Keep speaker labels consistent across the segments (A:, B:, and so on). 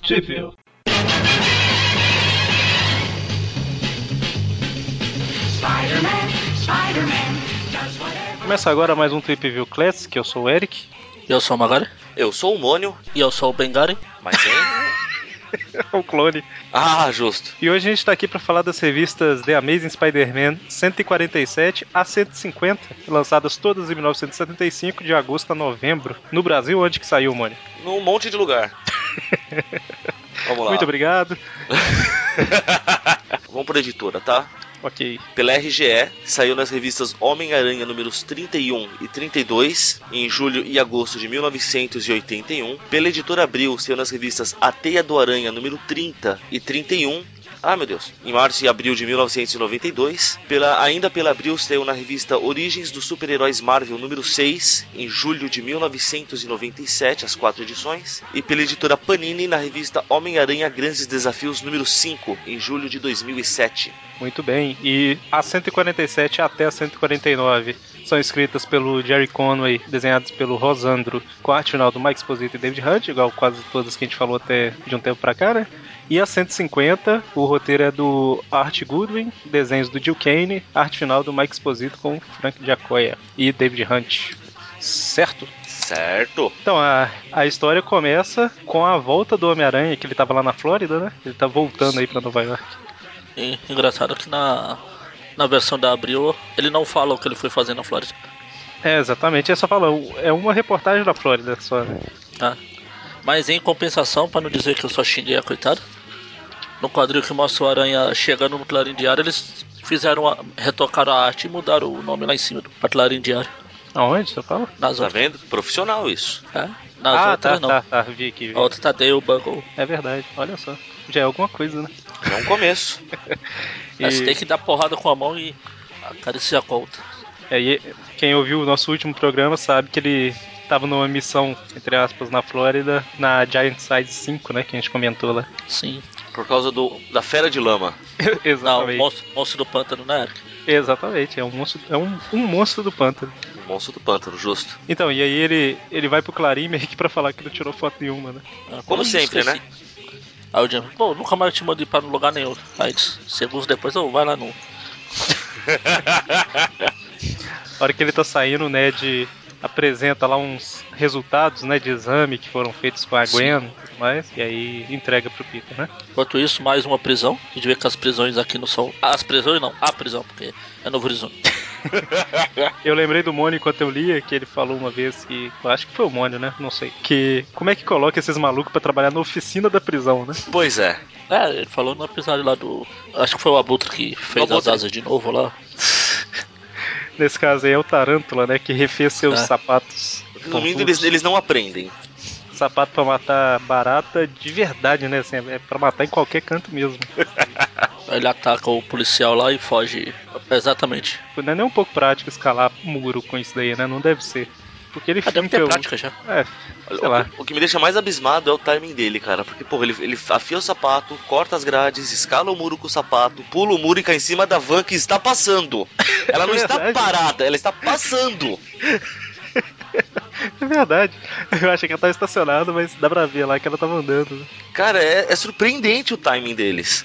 A: Possível. Começa agora mais um Trip View Classic, eu sou o Eric.
B: Eu sou o Magari.
C: Eu sou o Mônio,
B: E eu sou o Bengari.
C: mas hein?
A: o clone.
C: ah, justo.
A: E hoje a gente tá aqui pra falar das revistas The Amazing Spider-Man 147 a 150, lançadas todas em 1975, de agosto a novembro. No Brasil, onde que saiu, Mônio?
C: Num monte de lugar. Vamos lá.
A: Muito obrigado.
C: Vamos pra editora, tá?
A: Ok.
C: Pela RGE, saiu nas revistas Homem-Aranha números 31 e 32, em julho e agosto de 1981. Pela editora um. Abril, saiu nas revistas A Teia do Aranha número 30 e 31. Ah, meu Deus. Em março e abril de 1992. Pela, ainda pela Abril, saiu na revista Origens dos Super-Heróis Marvel número 6, em julho de 1997, as quatro edições. E pela editora Panini, na revista Homem-Aranha Grandes Desafios número 5, em julho de 2007.
A: Muito bem. E a 147 até a 149 são escritas pelo Jerry Conway, desenhadas pelo Rosandro, com a arte final do Mike Exposito e David Hunt, igual quase todas que a gente falou até de um tempo pra cá, né? E a 150, o roteiro é do Art Goodwin, desenhos do Jill Kane, arte final do Mike Exposito com Frank Giacoya e David Hunt. Certo?
C: Certo.
A: Então, a, a história começa com a volta do Homem-Aranha, que ele tava lá na Flórida, né? Ele tá voltando aí pra Nova York.
B: E engraçado que na, na versão da Abril, ele não fala o que ele foi fazer na Flórida.
A: É, exatamente. É só falar, é uma reportagem da Flórida só, né?
B: Tá? Mas em compensação, pra não dizer que eu só xinguei a coitada, no quadril que mostra o Aranha chegando no Clarim Diário, eles fizeram, a, retocaram a arte e mudaram o nome lá em cima do, pra Clarim Diário.
A: Aonde você fala?
B: Nas
C: Tá
B: outras,
C: vendo? Profissional isso.
B: é? Nas
A: ah,
B: outras
A: tá,
B: não.
A: tá, tá, vi aqui. vi.
B: A outra tá Dale Bugle.
A: É verdade, olha só. Já é alguma coisa, né?
C: É um começo.
A: E-
B: Essa tem que dar porrada com a mão e a cara se já conta.
A: É, e quem ouviu o nosso último programa sabe que ele tava numa missão, entre aspas, na Flórida, na Giant Size 5, né? Que a gente comentou lá.
B: Sim.
C: Por causa do, da fera de lama.
B: Não, o
A: exatamente.
B: monstro, monstro do pântano, né, Eric?
A: Exatamente, é um monstro, é um, um monstro do pântano.
C: O monstro do pântano, justo.
A: Então, e aí ele, ele vai pro Clarim meio que pra falar que não tirou foto nenhuma, né?
B: Ah,
C: Como
B: eu
C: sempre,
B: esqueci. Aí o Jim, pô, nunca mais te mandei pra lugar nenhum. Aí, segundos depois, eu vai lá no.
A: A hora que ele tá saindo, o Ned apresenta lá uns resultados, né, de exame que foram feitos com a
B: Sim.
A: Gwen e tudo mais, e aí entrega pro Peter, né?
B: Enquanto isso, mais uma prisão. A gente vê que as prisões aqui não são. As prisões não, a prisão, porque é Novo Horizonte.
A: Eu lembrei do Mônio enquanto eu lia, que ele falou uma vez que. Eu acho que foi o Mônio, né? Não sei. Que. Como é que coloca esses malucos pra trabalhar na oficina da prisão, né?
C: Pois é.
B: É, ele falou no episódio lá do. Acho que foi o Abutre que fez as
C: Abutre.
B: asas de novo lá.
A: Nesse caso aí é o Tarântula, né? Que refez seus
B: É.
A: sapatos.
C: Resumindo,
A: pontudos.
C: eles, eles não aprendem.
A: Sapato pra matar barata de verdade, né? Assim, é pra matar em qualquer canto mesmo.
B: Aí ele ataca o policial lá e foge. Exatamente.
A: Não é nem um pouco prático escalar muro com isso daí, né? Não deve ser. Porque ele
B: Ah, deve
A: finca
B: ter
A: o-
B: prática já.
A: É,
C: Olha,
A: sei lá.
C: O, o que me deixa mais abismado é o timing dele, cara. Porque, porra, ele, ele afia o sapato, corta as grades, escala o muro com o sapato, pula o muro e cai em cima da van que está passando. Ela não está
A: É Verdade.
C: parada, ela está passando.
A: É verdade. Eu achei que ela tava estacionada, mas dá pra ver lá que ela tava andando. né?
C: Cara, é, é surpreendente o timing deles.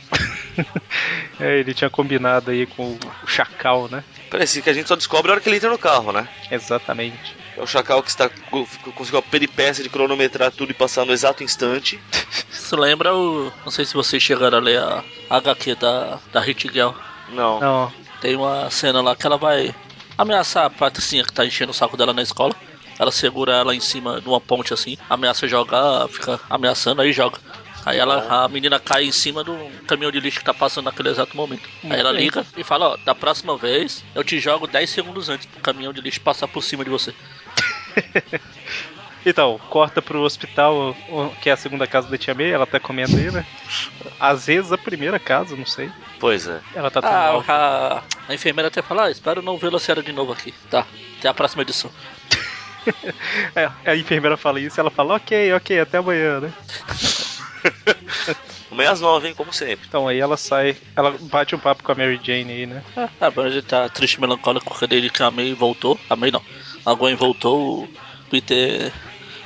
A: É, ele tinha combinado aí com o Chacal, né?
C: Parece que a gente só descobre a hora que ele entra no carro, né?
A: Exatamente.
C: É o Chacal que está co- conseguiu a peripécia de cronometrar tudo e passar no exato instante.
B: Isso lembra o. Não sei se vocês chegaram a ler a HQ da, da Hit Girl.
C: Não.
A: Não,
B: Tem uma cena lá que ela vai ameaçar a Patricinha que tá enchendo o saco dela na escola. Ela segura ela em cima de uma ponte assim, ameaça jogar, fica ameaçando, aí joga. Aí
A: Ah.
B: ela, a menina cai em cima do caminhão de lixo que tá passando naquele exato momento.
A: Muito
B: Aí ela
A: bem.
B: liga e fala, ó, da próxima vez eu te jogo 10 segundos antes pro caminhão de lixo passar por cima de você.
A: Então, corta pro hospital, o- que é a segunda casa da Tia May, ela tá comendo aí, né? Às vezes a primeira casa, não sei.
C: Pois é.
A: Ela tá tão
B: Ah,
A: mal.
B: a, a enfermeira até fala, ah, espero não vê-la sério de novo aqui. Tá, até a próxima edição.
A: É, a enfermeira fala isso e ela fala, ok, ok, até amanhã, né?
C: Meia às nove, hein, como sempre.
A: Então aí ela sai, ela bate um papo com a Mary Jane aí, né?
B: Ah, mas ele tá triste, melancólico, porque ele que a May voltou. A May não. A Gwen voltou, o Peter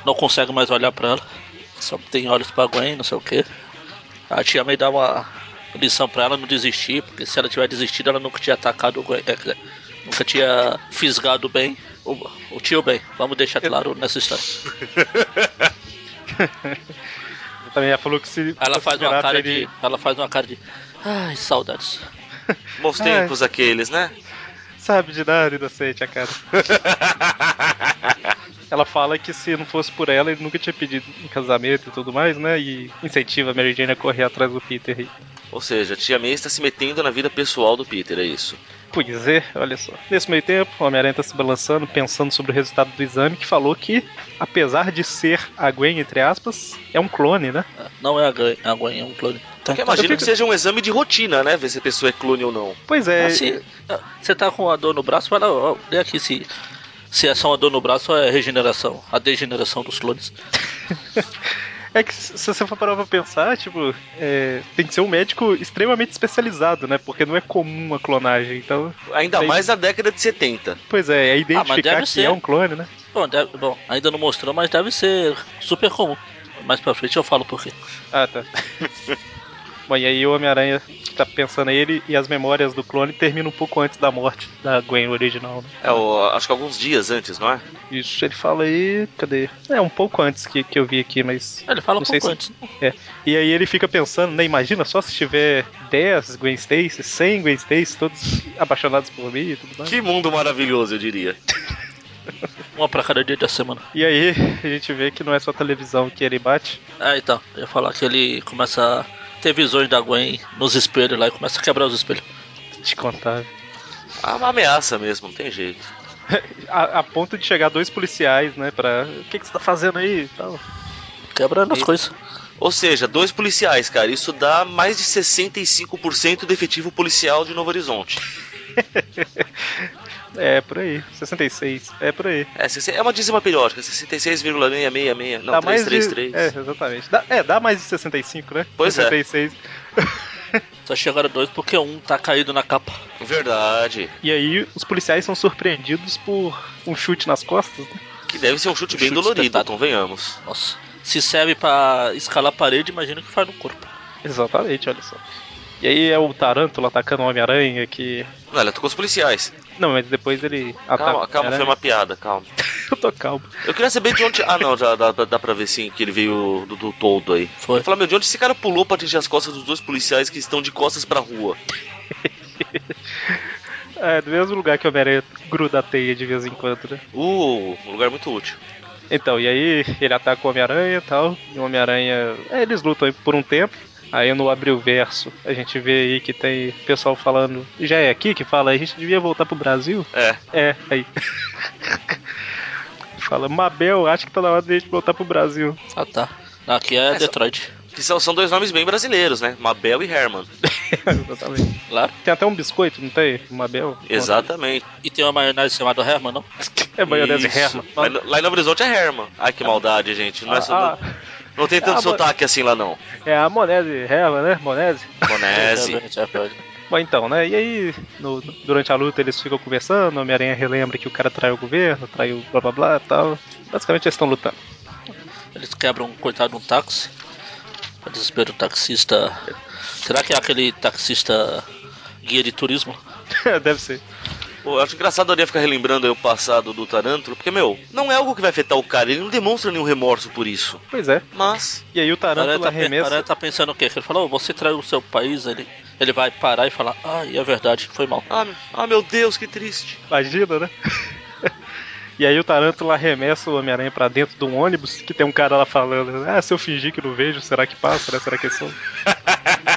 B: não consegue mais olhar pra ela. só tem olhos pra Gwen, não sei o que. A tia May dá uma lição pra ela não desistir, porque se ela tiver desistido, ela nunca tinha atacado o Gwen, é, quer dizer, nunca tinha fisgado bem o, o tio bem. Vamos deixar claro nessa história.
A: Também já falou que se.
B: Ela faz uma
A: considerar
B: cara
A: ele-
B: de. Ela faz uma cara de. Ai, saudades.
C: Bons
A: Ah,
C: tempos aqueles, né?
A: Sabe de nada, inocente, a cara. ela fala que se não fosse por ela, ele nunca tinha pedido em casamento e tudo mais, né? E incentiva a Mary Jane a correr atrás do Peter. aí.
C: Ou seja, a tia May está se metendo na vida pessoal do Peter, é isso.
A: Pois é, olha só. Nesse meio tempo, o Homem-Aranha tá se balançando, pensando sobre o resultado do exame, que falou que, apesar de ser a Gwen, entre aspas, é um clone, né?
B: Não é a Gwen, a Gwen é um clone. Tá,
C: Porque imagino
A: fico-
C: que seja um exame de rotina, né? Ver se a pessoa é clone ou não.
A: Pois é,
B: Assim, você tá com a dor no braço, fala, ó, vê aqui se, se é só uma dor no braço ou é regeneração, a degeneração dos clones.
A: É que se se você for parar pra pensar, tipo, é, tem que ser um médico extremamente especializado, né? Porque não é comum a clonagem. Então,
C: Ainda
A: Sei.
C: mais na década de 70.
A: pois é, é identificar
B: Ah, deve
A: que
B: ser.
A: é um clone, né?
B: Bom, deve- bom, ainda não mostrou, mas deve ser super comum. Mais pra frente eu falo por quê.
A: Ah, tá. Bom, e aí o Homem-Aranha tá pensando nele e as memórias do clone terminam um pouco antes da morte da Gwen original, né?
C: É, o- acho que alguns dias antes, não é?
A: Isso ele fala aí. Cadê? É, um pouco antes que, que eu vi aqui, mas.
B: Ele fala um
A: Não sei
B: pouco
A: se-
B: antes.
A: É. E aí ele fica pensando, né? Imagina só se tiver 10 Gwen Stacy, 100 Gwen Stacy, todos apaixonados por mim e tudo mais.
C: Que mundo maravilhoso, eu diria.
B: Uma pra cada dia da semana.
A: E aí a gente vê que não é só televisão que ele bate.
B: Ah, então, eu ia falar que ele começa a ter visões da Gwen nos espelhos lá e começa a quebrar os espelhos.
A: Te contar.
C: É uma ameaça mesmo, não tem jeito.
A: A, a ponto de chegar dois policiais, né? Pra. O que, que você tá fazendo aí? e tal.
B: Quebrando as
C: E-
B: coisas.
C: Ou seja, dois policiais, cara. Isso dá mais de 65% do efetivo policial de Novo Horizonte.
A: É, por aí. 66. É por aí.
C: É, 60 é uma dízima periódica, 66,666. Não,
A: dá mais de-
C: 333.
A: É, exatamente. Dá, é, dá mais de 65, né?
C: Pois é.
A: 66.
B: Só chegaram dois porque um tá caído na capa.
C: é. Verdade.
A: E aí os policiais são surpreendidos por um chute nas costas, né?
C: Que deve ser um chute
B: Um
C: bem
B: chute
C: dolorido,
B: espetado.
C: convenhamos.
B: Nossa, se serve pra escalar a parede, imagina o que faz no corpo.
A: Exatamente, olha só. E aí é o Tarântula atacando o Homem-Aranha que.
C: Não, ele atacou os policiais.
A: Não, mas depois ele ataca.
C: Calma,
A: o
C: calma, foi
A: Homem-Aranha.
C: uma piada, calma.
A: Eu tô calmo.
C: Eu queria saber de onde. Ah, não, já dá, dá, dá pra ver sim que ele veio do, do todo aí.
B: Foi.
C: Eu falar, meu, de onde esse cara pulou pra atingir as costas dos dois policiais que estão de costas pra rua?
A: É, do mesmo lugar que o Homem-Aranha gruda a teia de vez em quando, né?
C: Uh, um lugar muito útil.
A: Então, e aí ele ataca o Homem-Aranha e tal. E o Homem-Aranha. É, eles lutam aí por um tempo. Aí no abril verso, a gente vê aí que tem pessoal falando. Já é aqui que fala, a gente devia voltar pro Brasil?
C: É.
A: É, aí. fala, Mabel, acho que tá na hora de a gente voltar pro Brasil.
B: Ah tá. Aqui é
C: só-
B: Detroit.
C: Que são, são dois nomes bem brasileiros, né? Mabel e Herman.
A: Exatamente.
B: Claro.
A: Tem até um biscoito, não tem? Mabel?
C: Exatamente.
B: E tem uma maionese chamada Herman, não?
A: É maionese
C: Isso.
A: Herman.
C: Lá, em- lá em Novo Horizonte é Herman. Ai, que maldade, gente. Não, é só-
A: Ah,
C: não, não tem tanto
A: Ah, mas-
C: sotaque assim lá, não.
A: é a monese Herman, né? Monese.
C: Monese.
B: Exatamente, é verdade.
A: Bom, então, né? E aí, no- no- durante a luta, eles ficam conversando, o Homem-Aranha relembra que o cara traiu o governo, traiu blá blá blá e tal. Basicamente, eles estão lutando.
B: Eles quebram, coitado, um táxi. Pra desespero do taxista. Será que é aquele taxista guia de turismo?
A: Deve ser.
C: Pô, eu acho engraçado ele ficar relembrando aí o passado do Tarântula, porque, meu, não é algo que vai afetar o cara, ele não demonstra nenhum remorso por isso.
A: Pois é.
C: Mas,
A: E aí o
B: O
A: Tarântula
B: tá, pe-
A: arremessa.
B: Aranha tá pensando o quê? Que ele falou, você traiu o seu país, ele, ele vai parar e falar, ai, é verdade, foi mal.
C: ah, meu- ah, meu Deus, que triste.
A: Imagina, né? E aí o Tarântula arremessa o Homem-Aranha pra dentro de um ônibus, que tem um cara lá falando, ah, se eu fingir que não vejo, será que passa, né? Será que é som?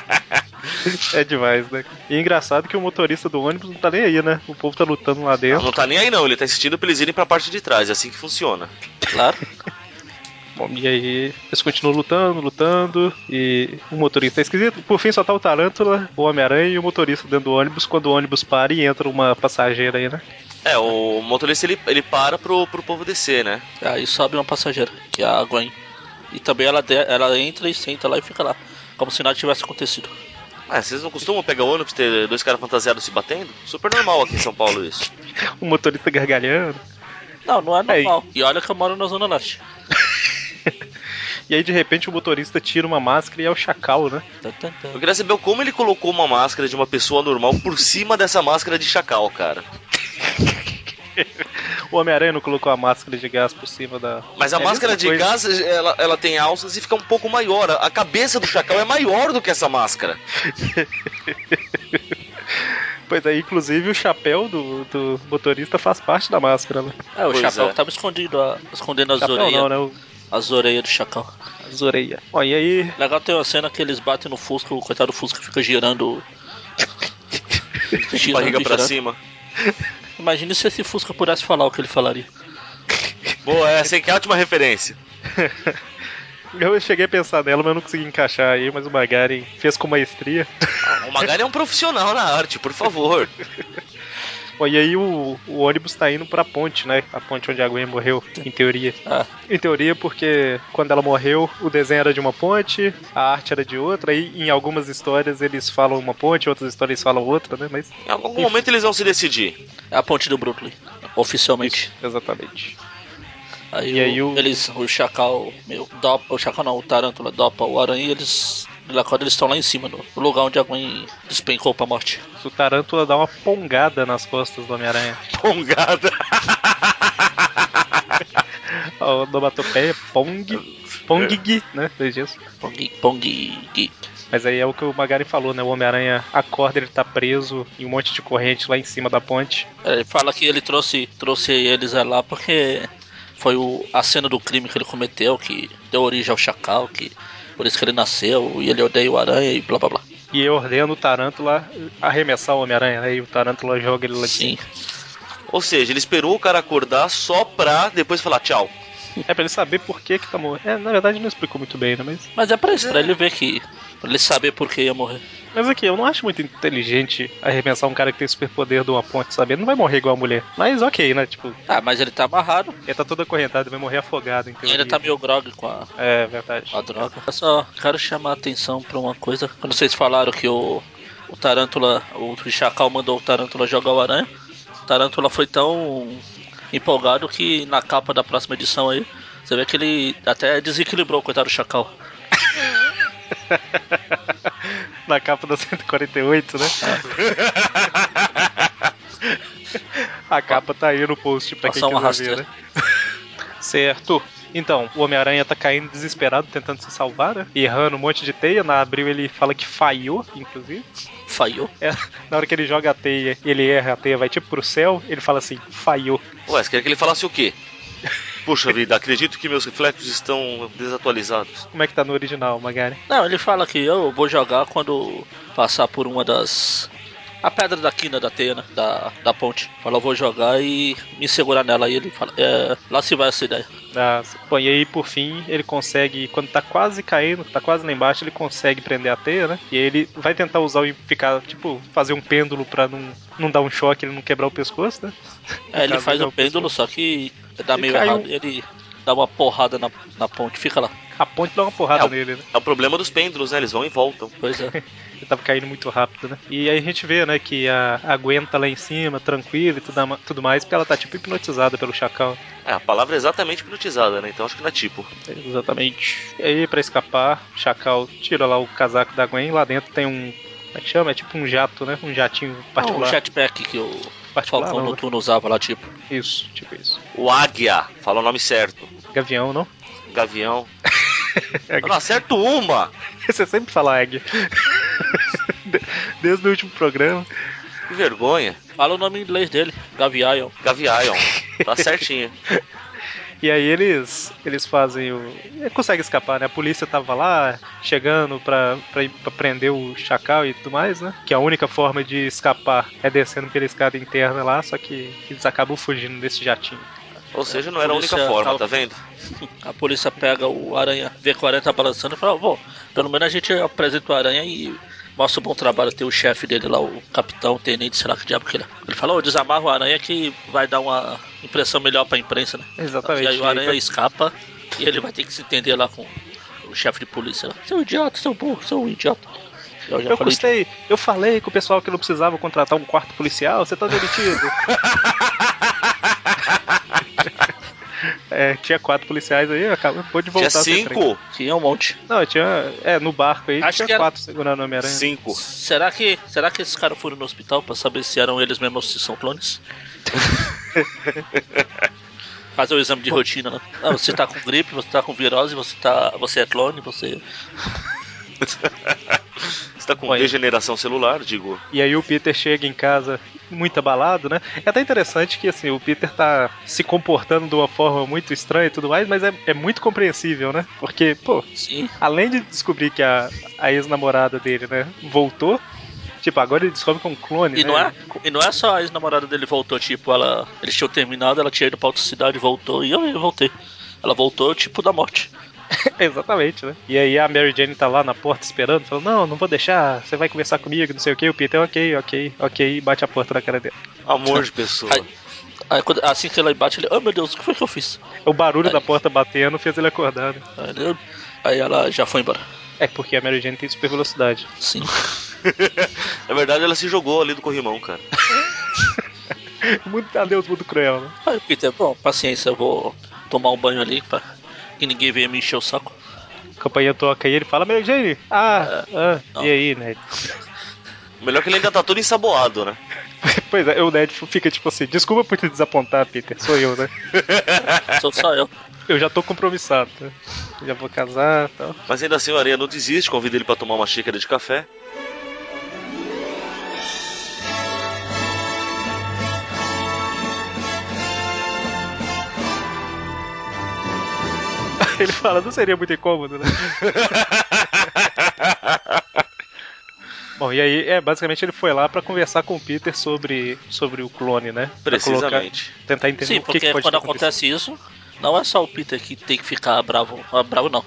A: é demais, né? E engraçado que o motorista do ônibus não tá nem aí, né? O povo tá lutando lá
C: Ah,
A: dentro.
C: não tá nem aí não, ele tá insistindo pra eles irem pra parte de trás, é assim que funciona.
B: Claro.
A: Bom, e aí eles continuam lutando, lutando, e o motorista é esquisito. Por fim só tá o Tarântula, o Homem-Aranha e o motorista dentro do ônibus, quando o ônibus para e entra uma passageira aí, né?
C: É, o motorista ele, ele para pro, pro povo descer, né?
B: Aí sobe uma passageira, que é a Gwen. E também ela, de- ela entra e senta lá e fica lá. Como se nada tivesse acontecido.
C: Ah, vocês não costumam pegar ônibus e ter dois caras fantasiados se batendo? Super normal aqui em São Paulo isso.
A: O motorista gargalhando.
B: Não, não é
A: É, e-
B: normal. E olha que eu moro na Zona Leste.
A: E aí de repente o motorista tira uma máscara e é o chacal, né?
B: Tan, tan, tan.
C: Eu queria saber como ele colocou uma máscara de uma pessoa normal por cima dessa máscara de chacal, cara.
A: O Homem-Aranha não colocou a máscara de gás por cima da.
C: Mas a
A: É mesma
C: máscara de
A: coisa.
C: gás, ela, ela tem alças e fica um pouco maior. A- A cabeça do chacal é maior do que essa máscara.
A: Pois é, inclusive o chapéu do, do motorista faz parte da máscara, né?
B: É, o
C: Pois
B: chapéu
C: é.
B: que tava escondido, a- escondendo as
A: Chapéu
B: orelhas.
A: não, né? O-
B: As orelhas do chacão.
A: As orelhas. Ó, e aí
B: Legal tem uma cena que eles batem no Fusca, o coitado do Fusca fica girando.
C: De barriga pra cima.
B: Imagina se esse Fusca pudesse falar o que ele falaria.
C: Boa, essa é que é a última referência.
A: eu cheguei a pensar nela, mas eu não consegui encaixar aí, mas o Magari fez com maestria.
C: Ah, O Magali é um profissional na arte, por favor.
A: Ó, e aí o, o ônibus tá indo pra ponte, né? A ponte onde a Gwen morreu, em teoria.
B: Ah,
A: Em teoria, porque quando ela morreu, o desenho era de uma ponte, a arte era de outra, e em algumas histórias eles falam uma ponte, em outras histórias eles falam outra, né? Mas.
C: Em algum momento eles vão se decidir.
B: é a ponte do Brooklyn, oficialmente.
A: Exatamente.
B: Aí,
A: E
B: o,
A: aí o-
B: eles, o chacal, meu, dopa, o chacal não, o tarântula dopa o aranha e eles, ele acorda, eles estão lá em cima, no no lugar onde a Gwen despencou pra morte.
A: O Tarântula dá uma pongada nas costas do Homem-Aranha.
C: Pongada.
A: A onomatopeia é Pong. Pong, né? Dois dias.
B: Pong, pong, gui.
A: Mas aí é o que o Magari falou, né? O Homem-Aranha acorda, ele tá preso em um monte de corrente lá em cima da ponte.
B: É, Ele fala que ele trouxe, trouxe eles lá porque foi o, a cena do crime que ele cometeu, que deu origem ao chacal, que por isso que ele nasceu e ele odeia o aranha e blá blá blá.
A: E eu ordeno o Tarântula arremessar o Homem-Aranha, né? E o Tarântula joga ele lá de
B: Sim.
A: cima.
C: Ou seja, ele esperou o cara acordar só pra depois falar tchau.
A: É pra ele saber por que que tá morrendo. É, na verdade não explicou muito bem, né? Mas,
B: Mas é pra isso, pra ele ver que. Pra ele saber por que ia morrer.
A: mas aqui, eu não acho muito inteligente arremessar um cara que tem superpoder de uma ponte, sabe? Ele não vai morrer igual a mulher. Mas ok, né? Tipo,
B: Ah, mas ele tá amarrado
A: ele tá todo acorrentado, ele vai morrer afogado,
B: e
A: então.
B: ele tá meio grog com a,
A: É, verdade.
B: a droga. Eu só quero chamar a atenção pra uma coisa. Quando vocês falaram que o, o Tarântula, o Chacal mandou o Tarântula jogar o aranha, o Tarântula foi tão empolgado que na capa da próxima edição aí, você vê que ele até desequilibrou o coitado do Chacal.
A: Na capa da 148, né? A capa tá aí no post pra
B: Passar
A: quem
B: uma
A: quiser ver, né? Certo. Então, o Homem-Aranha tá caindo desesperado, tentando se salvar, né? Errando um monte de teia. Na abril ele fala que falhou, inclusive.
B: Falhou.
A: É, na hora que ele joga a teia, ele erra a teia, vai tipo pro céu, ele fala assim, falhou.
C: Ué, você queria que ele falasse o quê? Puxa vida, acredito que meus reflexos estão desatualizados.
A: Como é que tá no original, Magari?
B: Não, ele fala que eu vou jogar quando passar por uma das. A pedra da quina da teia, né? Da, da ponte. Fala, eu vou jogar e me segurar nela. Aí ele fala, é, lá se vai essa ideia.
A: Ah, bom, e aí por fim ele consegue, quando tá quase caindo, tá quase lá embaixo, ele consegue prender a teia, né? E aí ele vai tentar usar o ficar, tipo, fazer um pêndulo pra não, não dar um choque, ele não quebrar o pescoço, né?
B: É, ele
A: caso,
B: faz
A: não,
B: o pêndulo, só que dá
A: Ele
B: meio
A: caiu.
B: errado. Ele dá uma porrada na, na ponte, fica lá.
A: A ponte dá uma porrada
C: É, o-
A: nele, né?
C: É o problema dos pêndulos, né? Eles vão e voltam.
B: Pois é.
A: Ele tava caindo muito rápido, né? E aí a gente vê, né, que a, a Gwen tá lá em cima, tranquila e tudo, ma- tudo mais, porque ela tá tipo hipnotizada pelo chacal.
C: É, a palavra é exatamente hipnotizada, né? Então acho que não é tipo.
A: Exatamente. E aí, pra escapar, o Chacal tira lá o casaco da Gwen, lá dentro tem um. Como é que chama? É tipo um jato, né? Um jatinho
B: O
A: particular.
B: jetpack que o
A: particular
B: Falcão
A: não, né?
B: Noturno usava lá, tipo.
A: Isso, tipo isso.
C: O águia, fala o nome certo.
A: Gavião, não?
C: Gavião. Eu não acerto uma!
A: Você sempre fala águia. De- Desde o último programa.
C: Que vergonha.
B: Fala o nome em inglês dele, Gavião.
C: Gavião. Tá certinho.
A: E aí eles eles fazem o. Ele consegue escapar, né? A polícia tava lá chegando pra, pra, pra prender o chacal e tudo mais, né? Que a única forma de escapar é descendo pela escada interna lá, só que eles acabam fugindo desse jatinho.
C: Ou seja, não era a única
B: Polícia,
C: forma,
B: calma.
C: tá vendo?
B: A polícia pega o aranha V40 balançando e fala, bom, pelo menos a gente apresenta o aranha e mostra o bom trabalho. Tem o chefe dele lá, o capitão, o tenente, sei lá que diabo que ele é. Ele fala, ô, desamarra o aranha que vai dar uma impressão melhor pra imprensa, né?
A: Exatamente.
B: E aí o aranha escapa e ele vai ter que se entender lá com o chefe de polícia. lá. Seu idiota, seu burro, seu idiota. Eu já
A: Eu
B: falei
A: custei, eu falei com o pessoal que não precisava contratar um quarto policial, você tá demitido. é, tinha quatro policiais aí, acabou de voltar.
C: Tinha
A: a ser trem.
C: cinco?
B: Tinha um monte.
A: Não, tinha. É, no barco aí
B: Acho
A: tinha
B: que era-
A: quatro segurando o Homem-Aranha.
C: Cinco.
B: Será que, será que esses caras foram no hospital pra saber se eram eles mesmos ou se são clones? Fazer o exame de rotina, né? Ah, você tá com gripe, você tá com virose, você tá. você é clone, você.
C: Você tá com
A: Olha.
C: degeneração celular, digo.
A: E aí o Peter chega em casa muito abalado, né? É até interessante que assim, o Peter tá se comportando de uma forma muito estranha e tudo mais, mas é, é muito compreensível, né? Porque, pô,
B: Sim.
A: além de descobrir que a, a ex-namorada dele, né, voltou, tipo, agora ele descobre que é um clone,
B: E
A: né?
B: não é, e não é só a ex-namorada dele voltou, tipo, ela. Eles tinham terminado, ela tinha ido pra outra cidade, voltou, e eu, eu voltei. Ela voltou, tipo, da morte.
A: Exatamente, né? E aí a Mary Jane tá lá na porta esperando, falando, não, não vou deixar, você vai conversar comigo, não sei o que, o Peter, ok, ok, ok, e bate a porta na cara dele.
C: Amor de pessoa.
B: Aí, aí quando- assim que ela bate, ele, oh meu Deus, o que foi que eu fiz?
A: O barulho
B: Aí.
A: da porta batendo fez ele acordar, né?
B: Aí, ele- aí ela já foi embora.
A: É porque a Mary Jane tem super velocidade.
B: Sim.
C: Na verdade, ela se jogou ali do corrimão, cara.
A: Muito, adeus, mundo cruel, né?
B: Aí o Peter, bom, paciência, eu vou tomar um banho ali pra que ninguém venha me encher o saco.
A: A campainha toca e ele fala, Mary Jane, ah, ah,
B: não.
A: e aí, Ned?
C: Melhor que ele ainda tá todo ensaboado, né?
A: Pois é, o Ned fica tipo assim, desculpa por te desapontar, Peter, sou eu, né?
B: Sou só eu.
A: Eu já tô compromissado, né? Já vou casar e tal.
C: Mas ainda assim, o Aranha não desiste, convida ele pra tomar uma xícara de café.
A: Ele fala, não seria muito incômodo, né? Bom, e aí, é, basicamente ele foi lá pra conversar com o Peter sobre, sobre o clone, né? Pra
C: Precisamente.
A: colocar- tentar entender
B: Sim,
A: o que,
B: porque
A: que pode
B: quando
A: ter acontecido.
B: acontece isso, não é só o Peter que tem que ficar bravo. Ah, bravo não.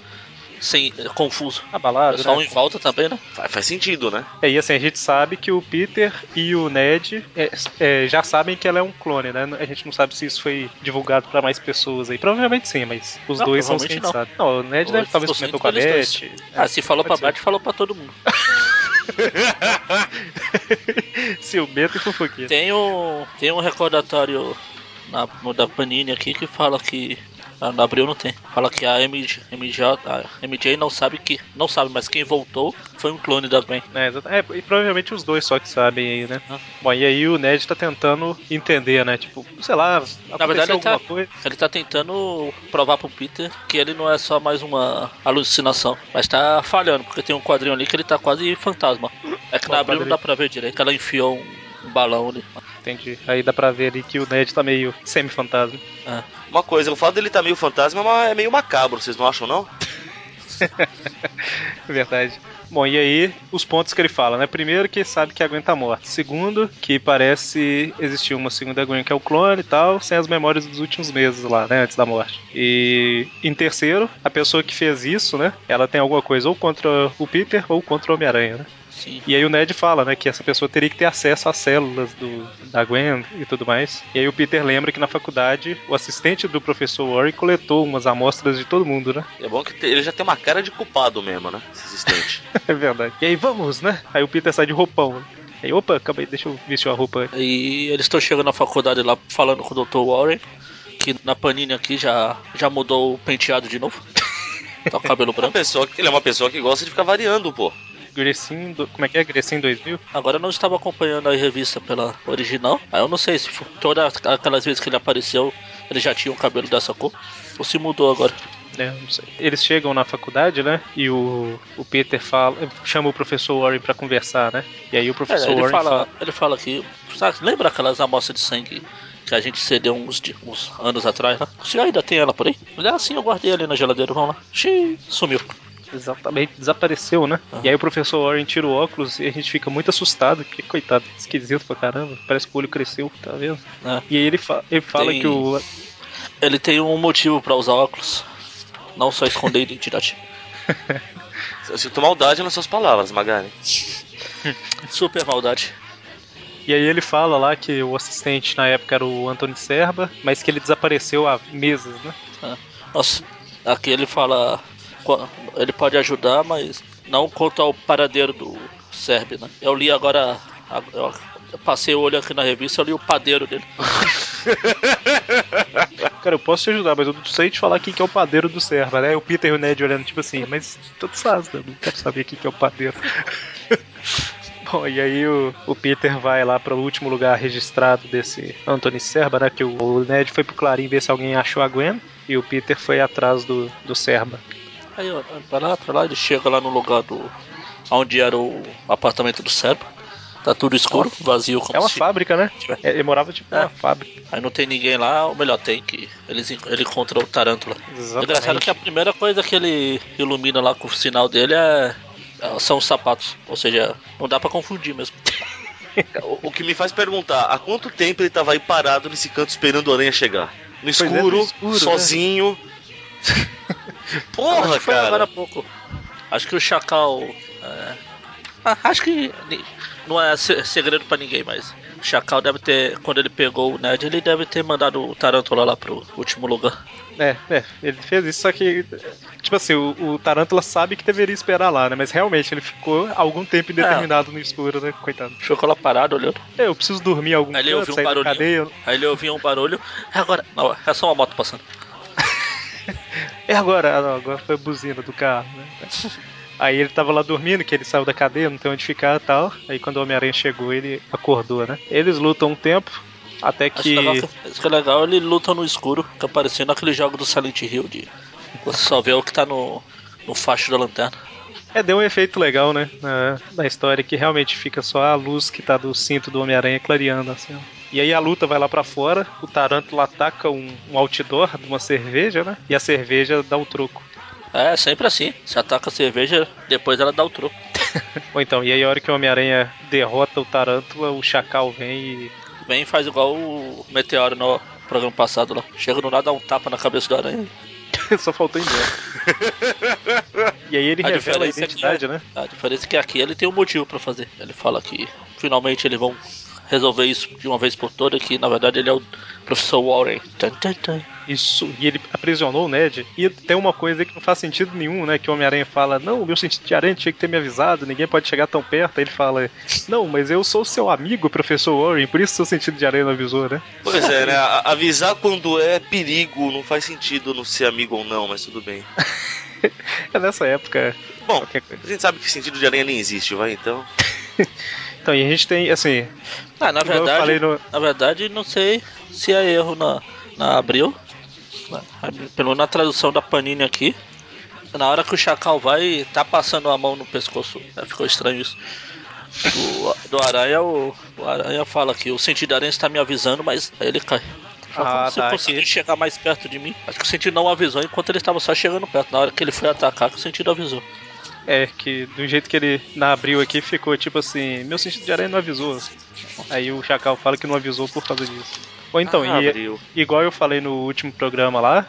B: Sem, é, confuso. O
A: Abalado,
B: pessoal
A: né?
B: em volta também, né?
C: Fa- Faz sentido, né?
A: É, e assim, a gente sabe que o Peter e o Ned é, é, já sabem que ela é um clone, né? A gente não sabe se isso foi divulgado pra mais pessoas aí. Provavelmente sim, mas os
B: Não,
A: dois são os que a gente sabe.
B: provavelmente
A: Não, o Ned deve,
B: Os-
A: né, talvez
B: os
A: comentou
B: cinco
A: com a
B: deles
A: Beth.
B: Ah, se falou pra
A: Pode ser.
B: Beth, falou pra todo mundo.
A: Ciumento e fofoquinha.
B: Tem um, tem um recordatório na, no da Panini aqui que fala que. ah, Na Abril não tem. Fala que a MJ, a MJ não sabe que. Não sabe, mas quem voltou foi um clone da Ben.
A: É, exata- é, e provavelmente os dois só que sabem aí, né?
B: Ah.
A: Bom, e aí o Ned tá tentando entender, né? Tipo, sei lá, aconteceu
B: verdade, ele tá-
A: alguma coisa.
B: Ele tá tentando provar pro Peter que ele não é só mais uma alucinação, mas tá falhando, porque tem um quadrinho ali que ele tá quase fantasma. É que
A: Bom,
B: na abril não
A: quadrinho.
B: dá pra ver direito, ela enfiou um balão ali.
A: Entendi. Aí dá pra ver ali que o Ned tá meio semi-fantasma.
B: É.
C: Uma coisa, o fato dele tá meio fantasma é uma- é meio macabro, vocês não acham, não?
A: Verdade. Bom, e aí, os pontos que ele fala, né? Primeiro, que sabe que a Gwen tá morta. Segundo, que parece existir uma segunda Gwen, que é o clone e tal, sem as memórias dos últimos meses lá, né? Antes da morte. E em terceiro, a pessoa que fez isso, né? Ela tem alguma coisa ou contra o Peter ou contra o Homem-Aranha, né?
B: Sim.
A: E aí o Ned fala, né, que essa pessoa teria que ter acesso às células do, da Gwen e tudo mais. E aí o Peter lembra que na faculdade o assistente do professor Warren coletou umas amostras de todo mundo, né?
C: É bom que te- ele já tem uma cara de culpado mesmo, né? Esse assistente.
A: É verdade. E aí vamos, né? Aí o Peter sai de roupão. né? Aí, opa, calma aí, deixa eu vestir a roupa antes.
B: E eles estão chegando na faculdade lá falando com o Dr. Warren, que na panini aqui já, já mudou o penteado de novo. tá o cabelo
C: Uma
B: branco.
C: pessoa que- ele é uma pessoa que gosta de ficar variando, pô.
A: Grecinho, do- como é que é? Grecinho 2000?
B: Agora eu não estava acompanhando a revista pela original. Aí eu não sei se foi- todas aquelas vezes que ele apareceu, ele já tinha o cabelo dessa cor. Ou se mudou agora.
A: Né, não sei. Eles chegam na faculdade, né? E o, o Peter fala, chama o professor Warren pra conversar, né? E aí o
B: É,
A: professor
B: ele
A: Warren
B: fala, ele fala que. Sabe, lembra aquelas amostras de sangue que a gente cedeu uns, di- uns anos atrás lá? Se ainda tem ela por aí? Ele, ah, sim, eu guardei ali na geladeira, vamos lá. Xiii, sumiu.
A: Exatamente, desapareceu, né?
B: Aham.
A: E aí o professor Warren tira o óculos e a gente fica muito assustado, porque coitado, esquisito pra caramba, parece que o olho cresceu, tá vendo?
B: É.
A: E aí ele, fa- ele fala
B: Tem-
A: que o.
B: Ele tem um motivo pra usar óculos. Não só esconder a identidade.
C: Eu sinto maldade nas suas palavras, Magari.
B: Super maldade.
A: E aí ele fala lá que o assistente na época era o Antônio Serba, mas que ele desapareceu há meses, né?
B: Ah, Nossa, aqui ele fala. qu- Ele pode ajudar, mas não quanto ao paradeiro do Sérgio, né? Eu li agora. a- Eu eu passei o olho aqui na revista, eu li o padeiro dele.
A: Cara, eu posso te ajudar, mas eu não sei te falar quem que é o padeiro do Serva, né? O Peter e o Ned olhando, tipo assim, mas tanto faz, né? não quero saber quem que é o padeiro. Bom, e aí o, o Peter vai lá para o último lugar registrado desse Anthony Serba, né? Que o, o Ned foi pro Clarim ver se alguém achou a Gwen e o Peter foi atrás do, do Serba.
B: Aí, ó, pra lá, pra lá, ele chega lá no lugar do. onde era o apartamento do Serba. Tá tudo escuro, vazio como
A: É uma
B: se-
A: fábrica, né? É, Ele morava tipo
B: É.
A: numa fábrica.
B: Aí não tem ninguém lá, ou melhor, tem que. Eles, en- ele encontra o Tarântula.
A: Exatamente.
B: Engraçado é que a primeira coisa que ele ilumina lá com o sinal dele é. São os sapatos, ou seja, não dá pra confundir mesmo.
C: O, o que me faz perguntar, há quanto tempo ele tava aí parado nesse canto esperando o Aranha chegar?
A: é,
C: No
A: no
C: escuro,
A: escuro, né?
C: sozinho.
B: acho
C: Porra,
B: que foi
C: cara.
B: agora há pouco. Acho que o Chacal. é, ah, acho que ni- não é se- segredo pra ninguém, mas o Chacal deve ter, quando ele pegou o Ned, ele deve ter mandado o Tarantula lá pro último lugar.
A: É, é, ele fez isso, só que. Tipo assim, o, o Tarântula sabe que deveria esperar lá, né? Mas realmente ele ficou algum tempo indeterminado no escuro, né? Coitado.
B: Ficou lá parado olhando.
A: É, Eu preciso dormir em algum
B: Aí ele
A: canto,
B: ouviu um
A: sair da
B: barulhinho.
A: cadeia.
B: Aí ele ouvia um barulho. É agora. Não, é só uma moto passando.
A: É agora, ah, não, agora foi a buzina do carro, né? Aí ele tava lá dormindo, que ele saiu da cadeia, não tem onde ficar e tal. Aí quando o Homem-Aranha chegou, ele acordou, né? Eles lutam um tempo, até
B: Acho que...
A: que.
B: legal que- Isso que é legal, ele luta no escuro, fica parecendo aquele jogo do Silent Hill de. Você só vê o que tá no, no facho da lanterna.
A: É, deu um efeito legal, né? Na, na história, que realmente fica só a luz que tá do cinto do Homem-Aranha clareando, assim. ó. E aí a luta vai lá pra fora, o Tarântula ataca um, um outdoor de uma cerveja, né? E a cerveja dá o troco.
B: É, sempre assim. Você ataca a cerveja, depois ela dá o troco.
A: Ou então, e aí a hora que o Homem-Aranha derrota o Tarântula, o Chacal vem e
B: Vem e faz igual o Meteoro no programa passado lá. Chega do nada, dá um tapa na cabeça do aranha.
A: Só faltou embora. e aí ele
B: A
A: revela a
B: diferença é que-
A: identidade, né?
B: A diferença é que aqui ele tem um motivo pra fazer. Ele fala que finalmente eles vão resolver isso de uma vez por toda, que na verdade ele é o professor Warren. Tan, tan, tan.
A: Isso. E ele aprisionou o Ned. E tem uma coisa aí que não faz sentido nenhum, né? Que o Homem-Aranha fala: Não, o meu sentido de aranha tinha que ter me avisado, ninguém pode chegar tão perto. Aí ele fala: Não, mas eu sou seu amigo, professor Warren, por isso seu sentido de aranha não avisou, né?
C: Pois é, né? A- Avisar quando é perigo não faz sentido não ser amigo ou não, mas tudo bem.
A: É nessa época.
C: Bom,
A: Qualquer coisa.
C: a gente sabe que sentido de aranha nem existe, vai então.
A: Então, e a gente tem, assim,
B: Ah, na
A: Igual eu
B: verdade,
A: falei no-
B: na verdade, não sei se é erro na, na abril. Na- Pelo menos na tradução da Panini aqui. Na hora que o Chacal vai e tá passando a mão no pescoço. né? Ficou estranho isso. Do, do Aranha, o, o Aranha fala que o sentido da aranha está me avisando, mas aí ele cai.
A: Ah,
B: Você
A: tá,
B: conseguiu chegar mais perto de mim? Acho que o sentido não avisou enquanto ele estava só chegando perto. Na hora que ele foi atacar, que o sentido avisou.
A: é que do jeito que ele na abril aqui ficou tipo assim: Meu sentido de aranha não avisou. assim. Aí o Chacal fala que não avisou por causa disso. Ou então,
C: Ah,
A: e,
C: abriu.
A: Igual eu falei no último programa lá,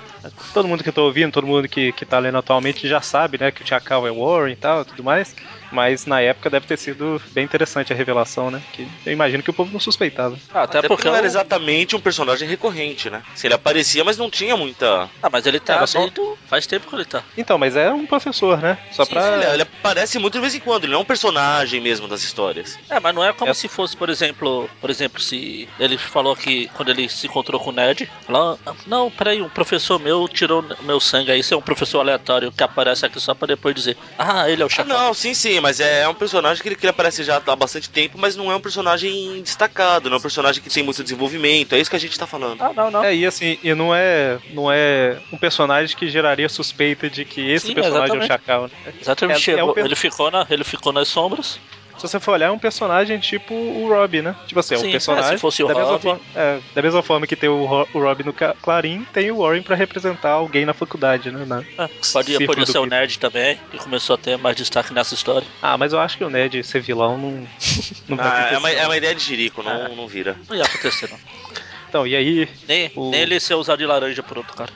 A: todo mundo que tá ouvindo, todo mundo que, que tá lendo atualmente já sabe, né, que o Chacal é Warren e tal, tudo mais. Mas na época deve ter sido bem interessante a revelação, né? Que eu imagino que o povo não suspeitava.
B: Ah, até,
C: Até porque,
B: porque.
C: não
B: o-
C: era exatamente um personagem recorrente, né? Se ele aparecia, mas não tinha muita.
B: Ah, mas ele tá.
A: Era só-
B: desde o- Faz tempo que ele tá.
A: Então, mas é um professor, né? Só
B: Sim, é.
A: pra.
C: Ele, ele aparece muito de vez em quando, ele não é um personagem mesmo das histórias.
B: É, mas não é como
A: É.
B: se fosse, por exemplo, por exemplo, se ele falou que quando ele se encontrou com o Ned, lá, não, peraí, um professor meu tirou meu sangue aí, você é um professor aleatório que aparece aqui só pra depois dizer, ah, ele é o
C: Ah,
B: Chacal.
C: não, sim, sim, mas é, é um personagem que ele, que ele aparece já há bastante tempo, mas não é um personagem destacado, não é um personagem que tem muito desenvolvimento, é isso que a gente tá falando.
B: Ah, não, não.
A: É, e assim, e não é, não é um personagem que geraria suspeita de que esse
B: Sim,
A: personagem
B: exatamente.
A: é o Chacal, né?
B: Exatamente,
A: é- é
B: chegou.
A: um per-
B: ele, ficou na, ele ficou nas sombras.
A: Se você for olhar, é um personagem tipo o Rob, né? Tipo assim, é
B: Sim,
A: um personagem.
B: é, se fosse o
A: da mesma
B: Rob.
A: forma, é, da mesma forma que tem o, Ro- o Rob no Ca- Clarim, tem o Warren pra representar alguém na faculdade, né? Na-
B: Ah, Podia,
A: Círculo
B: podia
A: do
B: ser o
A: Peter.
B: Nerd também, que começou a ter mais destaque nessa história.
A: Ah, mas eu acho que o Ned ser vilão não. não vai
C: Ah,
A: acontecer.
C: é, uma, é uma ideia de Jerico, não, não vira.
B: Não ia acontecer, não.
A: Então, e aí.
B: Nem,
A: O-
B: nem ele ser usado de laranja por outro cara.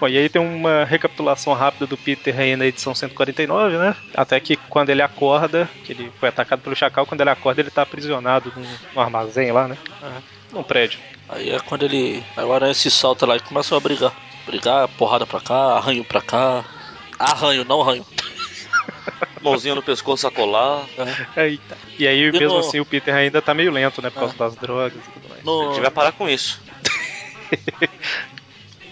A: Bom, e aí tem uma recapitulação rápida do Peter aí na edição 149, né? Até que quando ele acorda, que ele foi atacado pelo Chacal, quando ele acorda, ele tá aprisionado num, num armazém lá, né? Num prédio.
B: Aí é quando ele. Aí o aranha se solta lá e começa a brigar. Brigar, porrada pra cá, arranho pra cá. Arranho, não arranho.
C: Mãozinha no pescoço a colar.
A: Eita. E aí, mesmo
B: no-
A: assim, o Peter ainda tá meio lento,
B: Ah.
A: né? Por causa das drogas e tudo mais.
C: A
B: No...
C: gente vai parar com isso.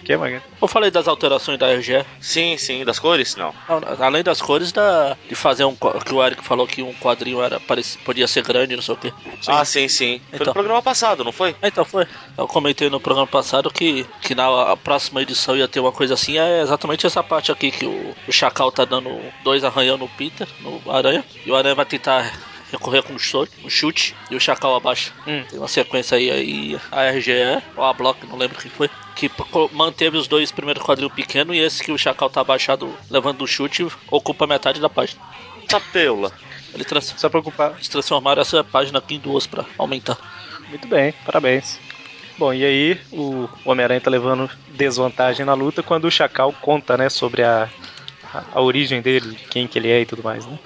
A: Que, Magan?
B: Eu falei das alterações da RGE.
C: Sim, sim. Das cores? Não.
B: Não, Além das cores da. De fazer um. co- Que o Eric falou que um quadrinho era, pareci- podia ser grande, não sei o quê.
C: Ah, sim, sim. Foi no
B: Então.
C: programa passado, não foi?
B: Ah, Então foi. Eu comentei no programa passado que, que na próxima edição ia ter uma coisa assim. É exatamente essa parte aqui que o, o Chacal tá dando dois arranhão no Peter, no Aranha. E o Aranha vai tentar recorrer com um chute, um chute e o Chacal abaixa.
A: Hum.
B: Tem uma sequência aí, aí a RGE, ou a Block, não lembro quem foi. Que co- manteve os dois primeiros quadrinhos pequenos e esse que o Chacal tá abaixado levando o chute ocupa metade da página.
C: Tá Tapeula.
B: Ele trans
A: Só pra ocupar.
B: eles transformaram essa página aqui em duas pra aumentar.
A: Muito bem, parabéns. Bom, e aí o Homem-Aranha tá levando desvantagem na luta quando o Chacal conta, né, sobre a, a- a origem dele, de quem que ele é e tudo mais, né?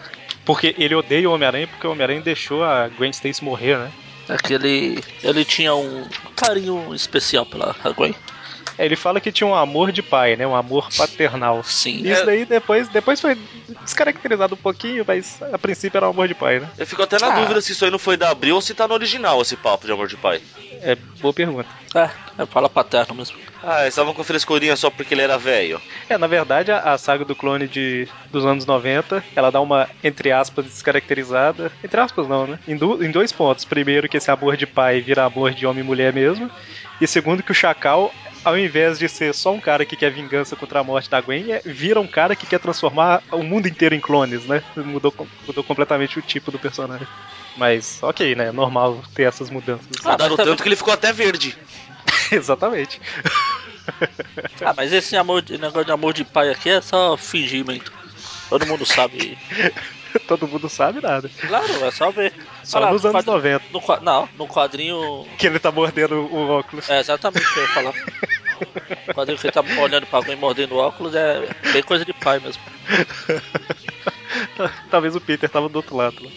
A: Porque ele odeia o Homem-Aranha porque o Homem-Aranha deixou a Gwen Stacy morrer, né?
B: É que ele, ele tinha um carinho especial pela Gwen.
A: É, Ele fala que tinha um amor de pai, né? Um amor paternal.
B: Sim.
A: Isso daí depois, depois foi descaracterizado um pouquinho, mas a princípio era um amor de pai, né?
C: Eu fico até na
B: Ah.
C: dúvida se isso aí não foi da Abril ou se tá no original esse papo de amor de pai.
A: É boa pergunta.
B: É, é fala paterno mesmo.
C: Ah, eles estavam com frescurinha só porque ele era velho.
A: É, na verdade, a, a saga do clone de, dos anos 90, ela dá uma, entre aspas, descaracterizada. Entre aspas não, né? Em, du- em dois pontos. Primeiro, que esse amor de pai vira amor de homem e mulher mesmo. E segundo, que o Chacal, ao invés de ser só um cara que quer vingança contra a morte da Gwen, é- vira um cara que quer transformar o mundo inteiro em clones, né? Mudou, com- mudou completamente o tipo do personagem. Mas, ok, né? É normal ter essas mudanças.
B: Ah,
C: Mudaram
B: mas também-
C: tanto que ele ficou até verde.
A: Exatamente.
B: Ah, mas esse amor de, negócio de amor de pai aqui é só fingimento. Todo mundo sabe.
A: Todo mundo sabe nada.
B: Claro, é só ver.
A: Só
B: Olha lá,
A: nos anos
B: quadri-
A: 90
B: no qua- não, no quadrinho.
A: que ele tá mordendo o óculos.
B: É exatamente o que eu ia falar. O quadrinho que ele tá olhando pra alguém mordendo o óculos é bem coisa de pai mesmo.
A: Talvez o Peter tava do outro lado. né?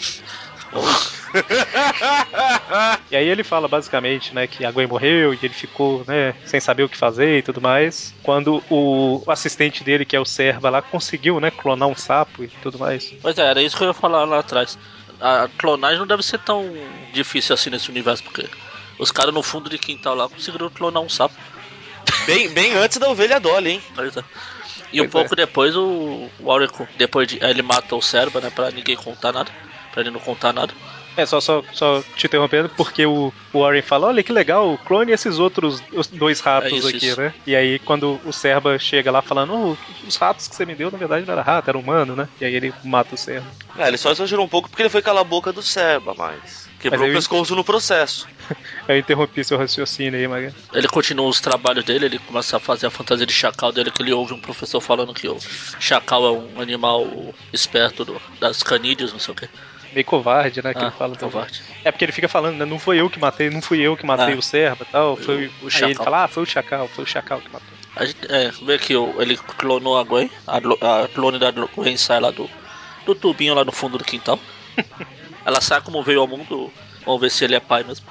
A: e aí ele fala basicamente, né, que a Gwen morreu e ele ficou, né, sem saber o que fazer e tudo mais. Quando o assistente dele, que é o Serva lá, conseguiu, né, clonar um sapo e tudo mais.
B: Pois é, era isso que eu ia falar lá atrás. A clonagem não deve ser tão difícil assim nesse universo, porque os caras no fundo de quintal lá conseguiram clonar um sapo.
C: Bem, bem antes da ovelha Dolly, hein?
B: Pois é. E um
A: Pois
B: pouco depois o, o Oracle, depois de, aí ele mata o Serba, né, pra ninguém contar nada, pra ele não contar nada.
A: É, só, só, só te interrompendo, porque o o Warren fala, olha que legal, clone esses outros os dois ratos
B: É isso,
A: aqui,
B: isso.
A: né? E aí quando o Serba chega lá falando, "Oh, os ratos que você me deu, na verdade, não era rato, era humano, né? E aí ele mata o Serba.
C: Ah, ele só exagerou um pouco porque ele foi calar a boca do Seba, mas. Quebrou
A: Mas
C: o
A: eu-
C: pescoço no processo.
A: Eu interrompi seu raciocínio aí, Maga.
B: Ele continua os trabalhos dele, ele começa a fazer a fantasia de chacal dele, que ele ouve um professor falando que o chacal é um animal esperto do- das canídeas, não sei o que.
A: Meio covarde, né? Que
B: Ah,
A: ele fala também.
B: covarde.
A: É porque ele fica falando, né? Não foi eu que matei, não fui eu que matei
B: Ah.
A: o Serba e tal. Foi
B: o
A: o, Aí
B: Chacal.
A: ele fala, ah, foi o Chacal, foi o Chacal que matou.
B: A gente, é, vê que o- ele clonou a Gwen, a, Glo- a clone da Glo- Gwen sai lá do, do tubinho lá no fundo do quintal. Ela sai como veio ao mundo, vamos ver se ele é pai mesmo.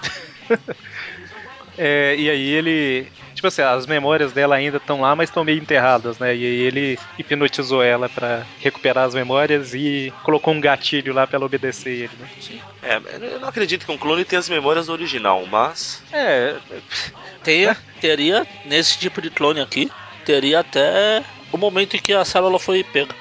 A: É, e aí ele. Tipo assim, as memórias dela ainda estão lá, mas estão meio enterradas, né? E aí ele hipnotizou ela pra recuperar as memórias e colocou um gatilho lá pra ela obedecer ele, né?
C: É, eu não acredito que um clone tenha as memórias do original, mas.
A: É,
B: Teria, teria, nesse tipo de clone aqui, teria até o momento em que a célula foi pega.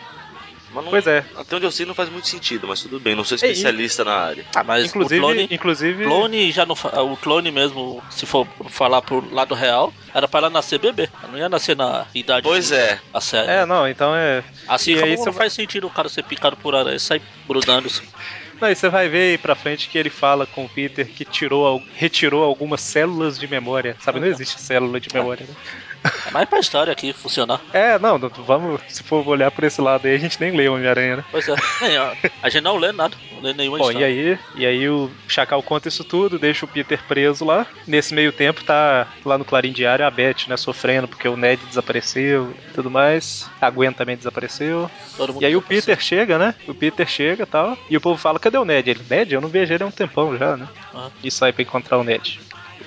C: mas não-
A: pois é.
C: Até onde eu sei não faz muito sentido, mas tudo bem, não
A: É,
C: sou
A: e-
C: especialista na área.
B: Ah, mas
A: Inclusive,
B: o clone,
A: inclusive.
B: clone já não, fa- o clone mesmo, se for falar pro lado real, era pra ela nascer bebê. Ela não ia nascer na idade
C: Pois é.
B: a série.
A: É, não, então é.
B: assim
A: e
B: como
A: aí
B: não
A: você
B: faz sentido o cara ser picado por aranha e sair grudando.
A: Não, e você vai ver aí pra frente que ele fala com o Peter que tirou, al- retirou algumas células de memória. Sabe,
B: Ah, tá.
A: não existe célula de memória, né?
B: É mais pra história aqui funcionar.
A: É, não, não, vamos, se for olhar por esse lado aí, a gente nem lê Homem-Aranha, né?
B: Pois é, nem, a, a gente não lê nada, não lê nenhuma
A: Bom, e
B: história.
A: aí, e aí o Chacal conta isso tudo, deixa o Peter preso lá. Nesse meio tempo tá lá no Clarim Diário a Beth, né, sofrendo porque o Ned desapareceu e tudo mais. A Gwen também desapareceu.
B: Todo mundo
A: E aí o
B: fica assim.
A: Peter chega, né? O Peter chega e tal. E o povo fala, cadê o Ned? Ele, Ned? Eu não vejo ele há um tempão já, né?
B: Aham.
A: E sai pra encontrar o Ned.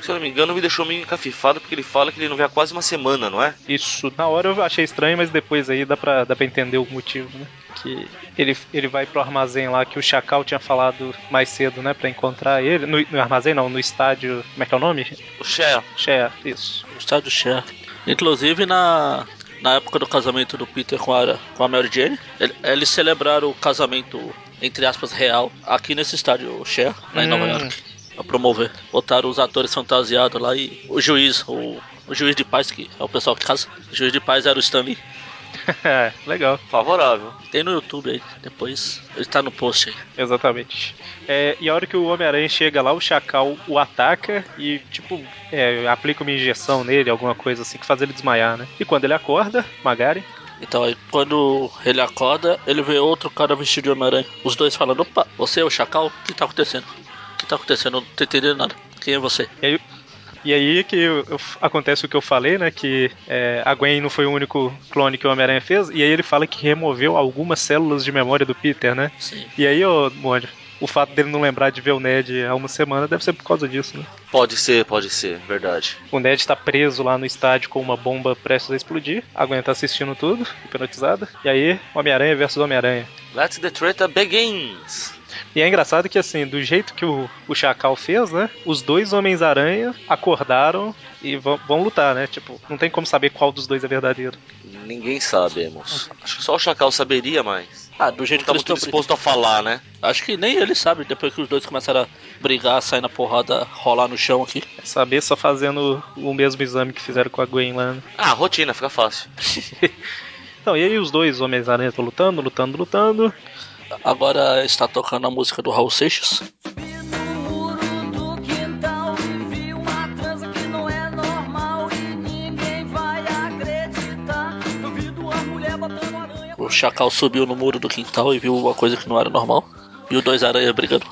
C: Se eu não me engano, me deixou meio encafifado porque ele fala que ele não vê há quase uma semana, não é?
A: Isso, na hora eu achei estranho, mas depois aí dá pra, dá pra entender o motivo, né?
B: que.
A: Ele, ele vai pro armazém lá que o Chacal tinha falado mais cedo, né? Pra encontrar ele. No, no armazém não, no estádio. Como é que é o nome?
C: O Cher.
A: Shea, isso.
B: O estádio Cher. Inclusive na. Na época do casamento do Peter com a, com a Mary Jane, ele- eles celebraram o casamento, entre aspas, real, aqui nesse estádio Cher, lá em Nova
A: Hum.
B: York, pra promover. Botaram os atores fantasiados lá e o juiz, o, o juiz de paz, que é o pessoal que casa, o juiz de paz era o Stanley.
A: É, Legal.
C: Favorável.
B: Tem no YouTube aí, depois ele tá no post aí.
A: Exatamente. É, e a hora que o Homem-Aranha chega lá, o Chacal o ataca e, tipo, é, aplica uma injeção nele, alguma coisa assim, que faz ele desmaiar, né? E quando ele acorda, Magari,
B: Então aí quando ele acorda, ele vê outro cara vestido de Homem-Aranha. Os dois falando, opa, você é o Chacal? O que tá acontecendo? O que tá acontecendo? Eu não tô entendendo nada. Quem é você?
A: E aí, e aí que eu- eu- acontece o que eu falei, né? Que é, a Gwen não foi o único clone que o Homem-Aranha fez. E aí ele fala que removeu algumas células de memória do Peter, né?
B: Sim.
A: E aí, ô Mônio, o fato dele não lembrar de ver o Ned há uma semana deve ser por causa disso, né?
C: Pode ser, pode ser, verdade.
A: O Ned tá preso lá no estádio com uma bomba prestes a explodir. A Gwen tá assistindo tudo, hipnotizada. E aí, Homem-Aranha versus Homem-Aranha.
C: Let the treta begins!
A: E é engraçado que, assim, do jeito que o, o Chacal fez, né? Os dois Homens-Aranha acordaram e vão, vão lutar, né? Tipo, não tem como saber qual dos dois é verdadeiro.
C: Ninguém sabemos. Acho que só o Chacal saberia, mas.
B: Ah, do jeito
C: Não tá
B: que eles estão
C: muito disposto a falar, né?
B: Acho que nem ele sabe, depois que os dois começaram a brigar, sair na porrada, rolar no chão aqui.
A: É Saber só fazendo o mesmo exame que fizeram com a Gwen lá, né?
C: Ah, rotina, fica fácil.
A: Então, e aí os dois Homens-Aranha estão lutando, lutando, lutando.
B: Agora está tocando a música do Raul Seixas.
D: Subi no muro do quintal e vi uma trança que não é normal e ninguém vai acreditar. Eu vi duas mulheres botando aranha.
B: O Chacal subiu no muro do quintal e viu uma coisa que não era normal. E os dois aranhas brigando.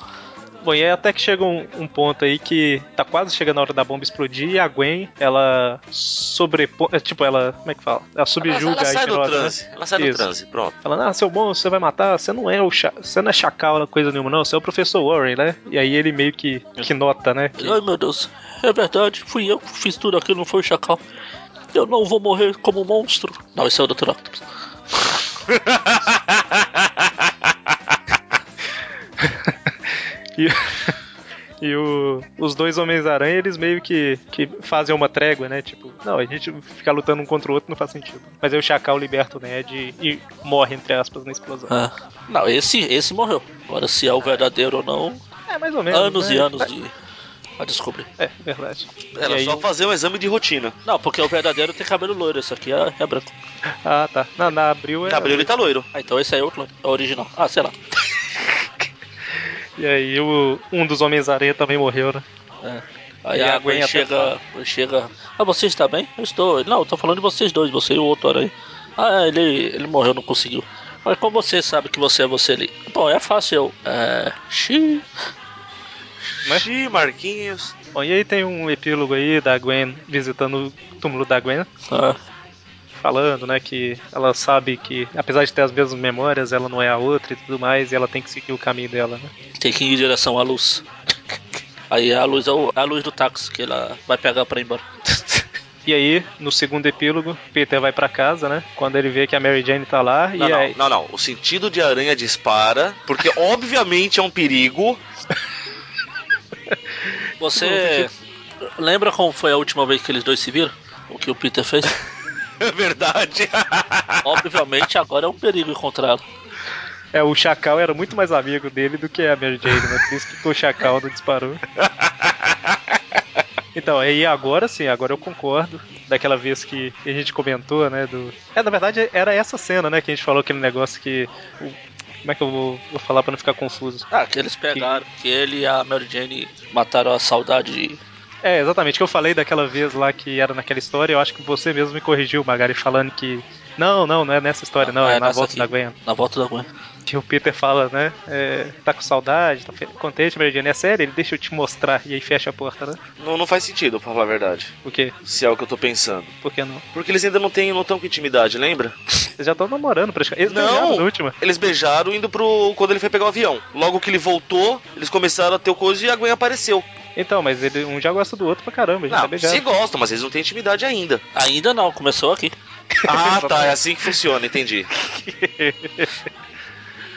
A: Bom, e aí até que chega um, um ponto aí que tá quase chegando a hora da bomba explodir e a Gwen, ela sobrepõe. é, Tipo, ela. Como é que fala? Ela
C: Ela,
A: subjuga
C: ela
A: a
C: sai do
A: hipnose, né?
C: transe. Ela sai do
A: Isso.
C: transe, pronto.
A: Falando, ah, seu bom, você vai matar, você não é o cha- você não é chacal, coisa nenhuma, não, você é o professor Warren, né? E aí ele meio que, que nota, né? que-
B: Ai meu Deus, é verdade, fui eu que fiz tudo aquilo, não foi o Chacal. Eu não vou morrer como um monstro. Não, esse é o Dr. Octopus.
A: E, e o- os dois Homens-Aranha, eles meio que, que fazem uma trégua, né? Tipo, não, a gente ficar lutando um contra o outro não faz sentido. Mas aí o Chacal liberta o Ned e, e morre, entre aspas, na explosão.
B: Ah, Não, esse, esse morreu. Agora, se é o verdadeiro ou não,
A: É, mais ou menos.
B: Ah. anos
A: né?
B: e anos de. a descobrir.
A: É, verdade. E
C: Era
A: aí-
C: só fazer um exame de rotina.
B: Não, porque o verdadeiro tem cabelo loiro, esse aqui é, é branco.
A: Ah, tá. Na, na abril é.
C: Tá abrindo ele tá loiro.
B: Ah, então esse aí é o clone, é o original. Ah, sei lá.
A: E aí o, um dos Homens-Aranha também morreu, né?
B: Aí
A: E a
B: a
A: Gwen
B: Gwen
A: até
B: chega, chega. Ah, você está bem? Eu estou. Ele, Não, eu tô falando de vocês dois, você e o outro aranha. Ah, ele, ele morreu, não conseguiu. Mas como você sabe que você é você ali? Bom, é fácil eu. É. Xiii.
A: Né?
C: Xiii, Marquinhos.
A: Bom, e aí tem um epílogo aí da Gwen visitando o túmulo da Gwen,
B: Ah,
A: falando, né, que ela sabe que, apesar de ter as mesmas memórias, ela não é a outra e tudo mais, e ela tem que seguir o caminho dela, né?
B: tem que ir em direção à luz. Aí a luz é o- a luz do táxi que ela vai pegar pra ir embora.
A: E aí, no segundo epílogo, Peter vai pra casa, né? Quando ele vê que a Mary Jane tá lá,
C: Não,
A: e aí.
C: não, não, não. O sentido de aranha dispara, porque obviamente é um perigo.
B: Você lembra como foi a última vez que eles dois se viram? O que o Peter fez?
C: É verdade.
B: Obviamente agora é um perigo encontrá-lo.
A: É, o Chacal era muito mais amigo dele do que a Mary Jane, né? Por isso que o Chacal não disparou. Então, aí agora sim, agora eu concordo. Daquela vez que a gente comentou, né? Do... É, na verdade, era essa cena, né? Que a gente falou aquele negócio que. o- Como é que eu vou, vou falar pra não ficar confuso?
B: Ah, que eles pegaram, que ele e a Mary Jane mataram a saudade.
A: É, exatamente, que eu falei daquela vez lá que era naquela história, eu acho que você mesmo me corrigiu, Magari, falando que. Não, não, não é nessa história, não,
B: Ah,
A: é,
B: é
A: na
B: nessa
A: volta
B: aqui.
A: da Gwen.
B: Na volta da Gwen.
A: Que o Peter fala, né? é, tá com saudade, tá fe- contente, Mary Jane. É sério, ele deixa eu te mostrar. E aí fecha a porta, né?
C: não, não faz sentido, pra falar a verdade.
A: O quê?
C: Se é o que eu tô pensando.
A: Por que não?
C: Porque eles ainda não têm, não tão com intimidade, lembra?
A: Eles já estão namorando praticamente. Eles
C: Não!
A: não! na última.
C: Eles beijaram indo pro. quando ele foi pegar o avião. Logo que ele voltou, eles começaram a ter o coisa e a Gwen apareceu.
A: Então, mas ele, um já gosta do outro pra caramba, já tá
C: Não, se
A: beijado.
C: gostam, mas eles não têm intimidade ainda.
B: Ainda não, começou aqui.
C: Ah, tá, é assim que funciona, entendi.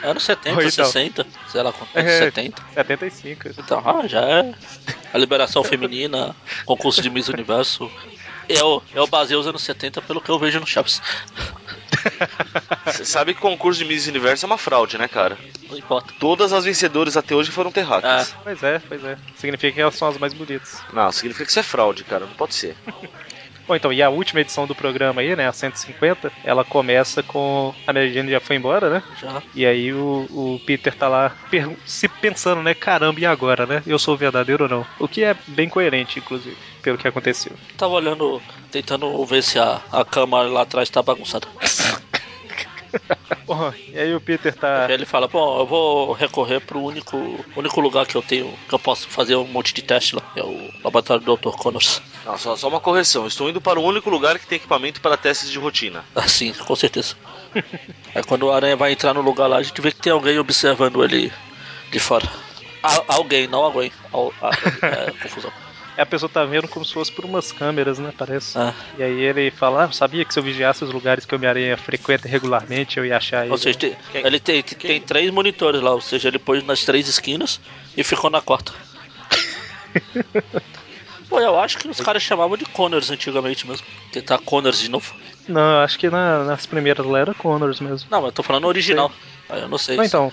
B: Anos 70,
A: Ou então.
B: 60, sei lá quanto,
A: É.
B: 70.
A: 75.
B: Então, ah, já é. A liberação feminina, concurso de Miss Universo. É Eu, eu baseei os anos 70 pelo que eu vejo no Chaves.
C: Você sabe que concurso de Miss Universo é uma fraude, né, cara?
B: Não importa.
C: Todas as vencedoras até hoje foram terráqueas.
A: Pois é, pois é. Significa que elas são as mais bonitas.
C: Não, significa que isso é fraude, cara. Não pode ser.
A: Bom, então, e a última edição do programa aí, né, a 150, ela começa com a Mary Jane já foi embora, né?
B: Já.
A: E aí o, o Peter tá lá per- se pensando, né? Caramba, e agora, né? Eu sou verdadeiro ou não? O que é bem coerente, inclusive, pelo que aconteceu.
B: Tava olhando, tentando ver se a, a cama lá atrás tá bagunçada.
A: Bom, e aí o Peter tá.
B: Aí ele fala, bom, eu vou recorrer pro único, único lugar que eu tenho, que eu posso fazer um monte de teste lá, que é o laboratório do Dr. Connors.
C: Não, só, só uma correção. Eu Estou indo para o único lugar que tem equipamento para testes de rotina.
B: Assim, com certeza. Aí quando o Aranha vai entrar no lugar lá, a gente vê que tem alguém observando ele de fora. Al- alguém, não alguém. Al- a- é, confusão.
A: A pessoa tá vendo como se fosse por umas câmeras, né? Parece.
B: Ah,
A: E aí ele fala: ah, sabia que se eu vigiasse os lugares que o Homem-Aranha frequenta regularmente, eu ia achar ele.
B: ou seja, tem-
C: Quem-
B: ele tem, tem três monitores lá, ou seja, ele pôs nas três esquinas e ficou na quarta. Pô, eu acho que os caras chamavam de Connors antigamente mesmo. Tentar Connors de novo.
A: Não, eu acho que na- nas primeiras lá era Connors mesmo.
B: Não, mas eu tô falando original. Ah, eu não sei.
A: Não, então.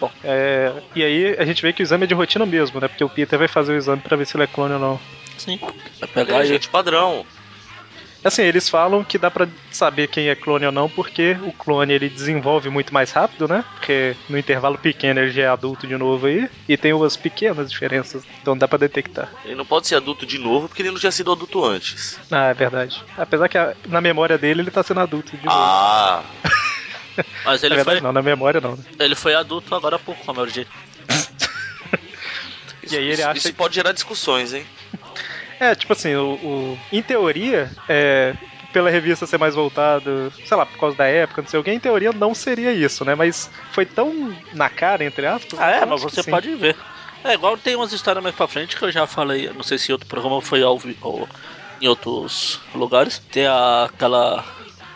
B: Bom.
A: É, e aí a gente vê que o exame é de rotina mesmo, né? Porque o Peter vai fazer o exame pra ver se ele é clone ou não.
B: Sim. Vai
C: É,
B: pegar e.
C: gente, padrão.
A: Assim, eles falam que dá pra saber quem é clone ou não, porque o clone ele desenvolve muito mais rápido, né? Porque no intervalo pequeno ele já é adulto de novo aí, e tem umas pequenas diferenças, então dá pra detectar.
C: Ele não pode ser adulto de novo porque ele não tinha sido adulto antes.
A: Ah, é verdade. Apesar que a- na memória dele ele tá sendo adulto de novo.
C: Ah,
B: Mas
A: na
B: ele
A: verdade,
B: foi,
A: não, na memória não. né?
B: ele foi adulto agora há pouco, como eu disse.
A: E aí ele
C: isso,
A: acha
C: isso
A: que-
C: pode gerar discussões, hein?
A: É, tipo assim, o, o- em teoria, é, pela revista ser mais voltado, sei lá, por causa da época, não sei o que, em teoria não seria isso, né? Mas foi tão na cara, entre aspas.
B: Ah,
A: eu
B: é,
A: acho
B: mas
A: que
B: você
A: sim.
B: pode ver. É igual tem umas histórias mais pra frente que eu já falei, eu não sei se em outro programa foi ao vi- ou em outros lugares. Tem a- aquela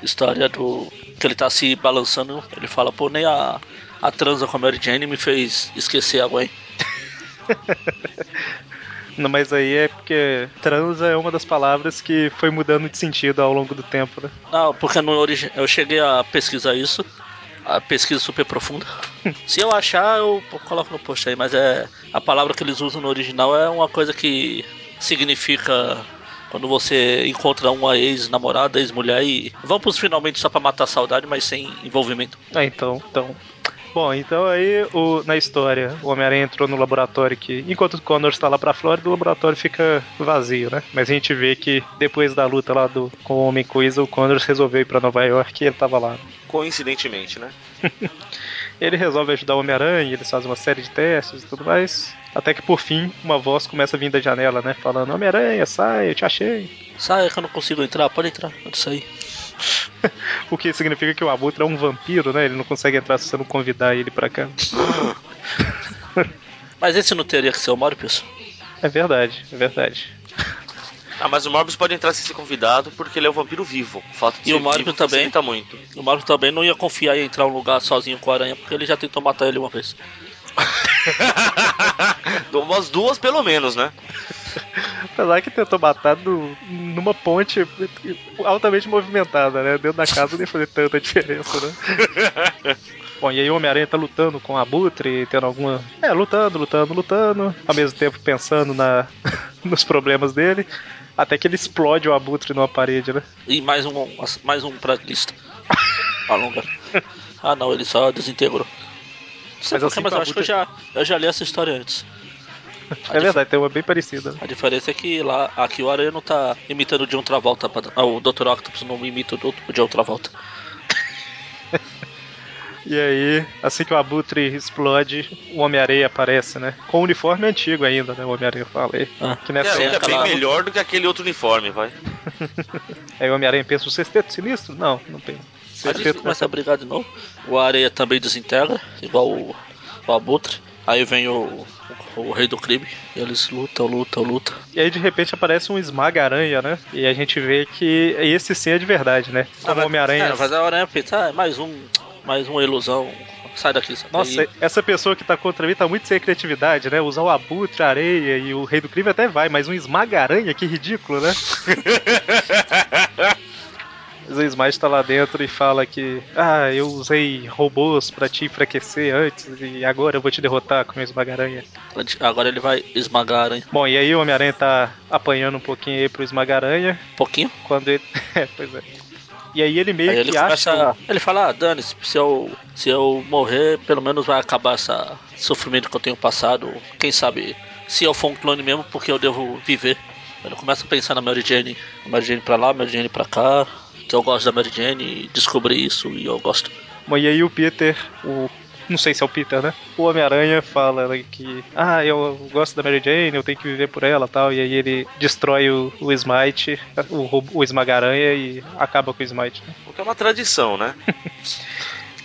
B: história do. que ele tá se balançando, ele fala, pô, nem a, a transa com a Mary Jane me fez esquecer a Gwen.
A: Não, mas aí é porque transa é uma das palavras que foi mudando de sentido ao longo do tempo, né?
B: Não, porque no origi- eu cheguei a pesquisar isso. A pesquisa super profunda. Se eu achar, eu p- coloco no post aí, mas é. A palavra que eles usam no original é uma coisa que significa quando você encontra uma ex-namorada, ex-mulher e. Vamos pros finalmente só pra matar a saudade, mas sem envolvimento.
A: Ah, então, então. Bom, então aí o- na história, o Homem-Aranha entrou no laboratório que, enquanto o Connor está lá pra Flórida, o laboratório fica vazio, né? Mas a gente vê que depois da luta lá do, com o Homem Coisa, o Connor resolveu ir pra Nova York e ele tava lá.
C: Coincidentemente, né?
A: Ele resolve ajudar o Homem-Aranha, eles fazem uma série de testes e tudo mais. Até que por fim, uma voz começa a vir da janela, né? Falando: Homem-Aranha, sai, eu te achei.
B: Sai é que eu não consigo entrar, pode entrar, pode sair.
A: O que significa que o Abutre é um vampiro, né? Ele não consegue entrar se você não convidar ele pra cá.
B: Mas esse não teria que ser o Mario, pessoal.
A: É verdade, é verdade.
C: Ah, mas o Morbius pode entrar sem ser convidado porque ele é um vampiro vivo. O fato de
B: E
C: ser
B: o Morbius
C: vivo
B: também.
C: facilita muito.
B: O Mario também não ia confiar em entrar em um lugar sozinho com a aranha, porque ele já tentou matar ele uma vez.
C: Então, Umas duas pelo menos, né?
A: Apesar que tentou matar do- numa ponte altamente movimentada, né? Dentro da casa não ia fazer tanta diferença, né? Bom, e aí o Homem-Aranha tá lutando com o Abutre, tendo alguma. É, lutando, lutando, lutando, ao mesmo tempo pensando na... nos problemas dele. Até que ele explode o Abutre numa parede, né?
B: E mais um, mais um pra lista. Alonga. Ah não, ele só desintegrou. Não sei
A: Mas
B: porquê,
A: assim,
B: mas eu
A: pra
B: acho que eu
A: puta-
B: já, eu já li essa história antes. A
A: É
B: dif-
A: verdade, tem uma bem parecida. né?
B: A diferença é que lá, aqui o Aranha não tá imitando o John Travolta. pra- Ah, o Dr. Octopus não imita o Dr. o John Travolta.
A: E aí, assim que o Abutre explode, o Homem-Aranha aparece, né? Com o uniforme antigo ainda, né? O Homem-Aranha fala aí.
B: Ah.
A: Que
C: É,
A: nessa
C: o que é
A: época
B: aquela-
C: bem melhor do que aquele outro uniforme, vai.
A: Aí o Homem-Aranha pensa, o sexteto sinistro? Não, não pensa.
B: A gente
A: Sexteto
B: começa a brigar de novo. O Areia também desintegra, igual o, o Abutre. Aí vem o, o, o Rei do Crime. Eles lutam, lutam, lutam.
A: E aí de repente aparece um esmaga-aranha, né? E a gente vê que esse sim é de verdade, né? Como o
B: Ah, mas-
A: Homem-Aranha.
B: É, mas a Aranha pensa, ah, é mais um, mais uma ilusão. sai daqui. sai
A: Nossa,
B: daí.
A: essa pessoa que tá contra mim tá muito sem criatividade, né? Usar o abutre, a areia e o rei do crime até vai, mas um esmaga-aranha, que ridículo, né? Mas O Smite tá lá dentro e fala que Ah, eu usei robôs pra te enfraquecer antes e agora eu vou te derrotar com meu esmaga-aranha.
B: Agora ele vai esmagar a aranha.
A: Bom, e aí o Homem-Aranha tá apanhando um pouquinho aí pro esmaga-aranha
B: Um pouquinho.
A: quando ele. é, pois é. E aí ele meio
B: Aí
A: que
B: ele
A: acha.
B: começa. Ele fala, ah, dane-se, se eu, se eu morrer, pelo menos vai acabar essa esse sofrimento que eu tenho passado. Quem sabe se eu for um clone mesmo, porque eu devo viver. Ele começa a pensar na Mary Jane. A Mary Jane pra lá, a Mary Jane pra cá. Que eu gosto da Mary Jane e descobri isso e eu gosto.
A: Bom, e aí o Peter, o. Não sei se é o Peter, né? O Homem-Aranha fala né, que. Ah, eu gosto da Mary Jane, eu tenho que viver por ela tal. E aí ele destrói o, o Smite, o, ro- o Esmagaranha e acaba com o Smite. né?
C: O que é uma tradição, né?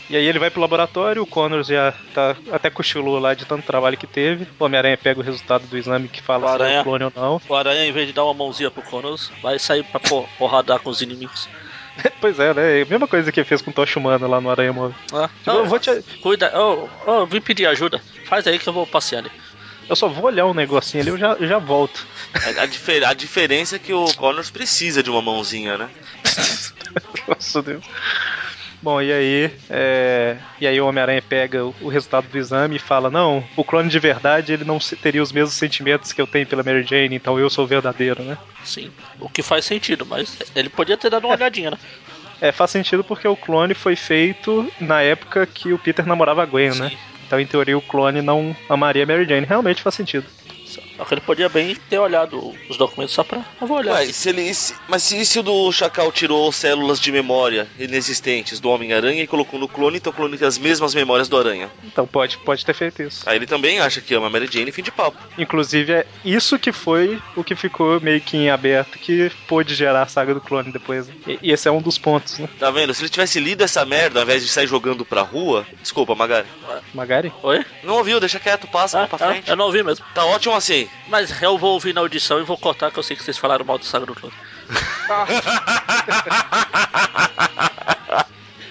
A: E aí ele vai pro laboratório, o Connors já tá. Até cochilou lá de tanto trabalho que teve. O Homem-Aranha pega o resultado do exame que fala se é
B: Aranha.
A: um clone ou não.
B: O aranha, em vez de dar uma mãozinha pro Conos, vai sair pra por- porradar com os inimigos.
A: pois é, né? Mesma coisa que ele fez com o Tocha Humana lá no Aranha Móvel.
B: Ah,
A: Eu, vou te-
B: Cuida, eu, eu vim pedir ajuda. Faz aí que eu vou passear ali.
A: eu só vou olhar um negocinho ali, eu já, eu já volto.
C: A, a difer- a diferença é que o Connors precisa de uma mãozinha, né?
A: Nossa Deus. Bom, e aí, é, e aí o Homem-Aranha pega o o resultado do exame e fala: Não, o clone de verdade ele não se- teria os mesmos sentimentos que eu tenho pela Mary Jane, então eu sou o verdadeiro, né?
B: Sim. O que faz sentido, mas ele podia ter dado uma olhadinha, né?
A: É, faz sentido porque o clone foi feito na época que o Peter namorava a Gwen, né?
B: Sim.
A: Então, em teoria, o clone não amaria a Mary Jane. Realmente faz sentido.
B: Só que ele podia bem ter olhado os documentos só pra. Eu vou olhar.
C: Ué, e se ele, e se- mas se, e se o do Chacal tirou células de memória inexistentes do Homem-Aranha e colocou no clone, então o clone tem as mesmas memórias do Aranha.
A: Então, pode, pode ter feito isso.
C: Aí ele também acha que ama a Mary Jane, fim de papo.
A: Inclusive, é isso que foi o que ficou meio que em aberto, que pôde gerar a saga do clone depois. E, e esse é um dos pontos, né?
C: Tá vendo? Se ele tivesse lido essa merda ao invés de sair jogando pra rua. Desculpa, Magari.
A: Magari?
B: Oi?
C: Não ouviu, deixa quieto, passa
B: Ah,
C: pra
B: ah,
C: frente.
B: eu não ouvi mesmo.
C: Tá ótimo assim.
B: Mas eu vou ouvir na audição e vou cortar, que eu sei que vocês falaram mal do Saga do Clone.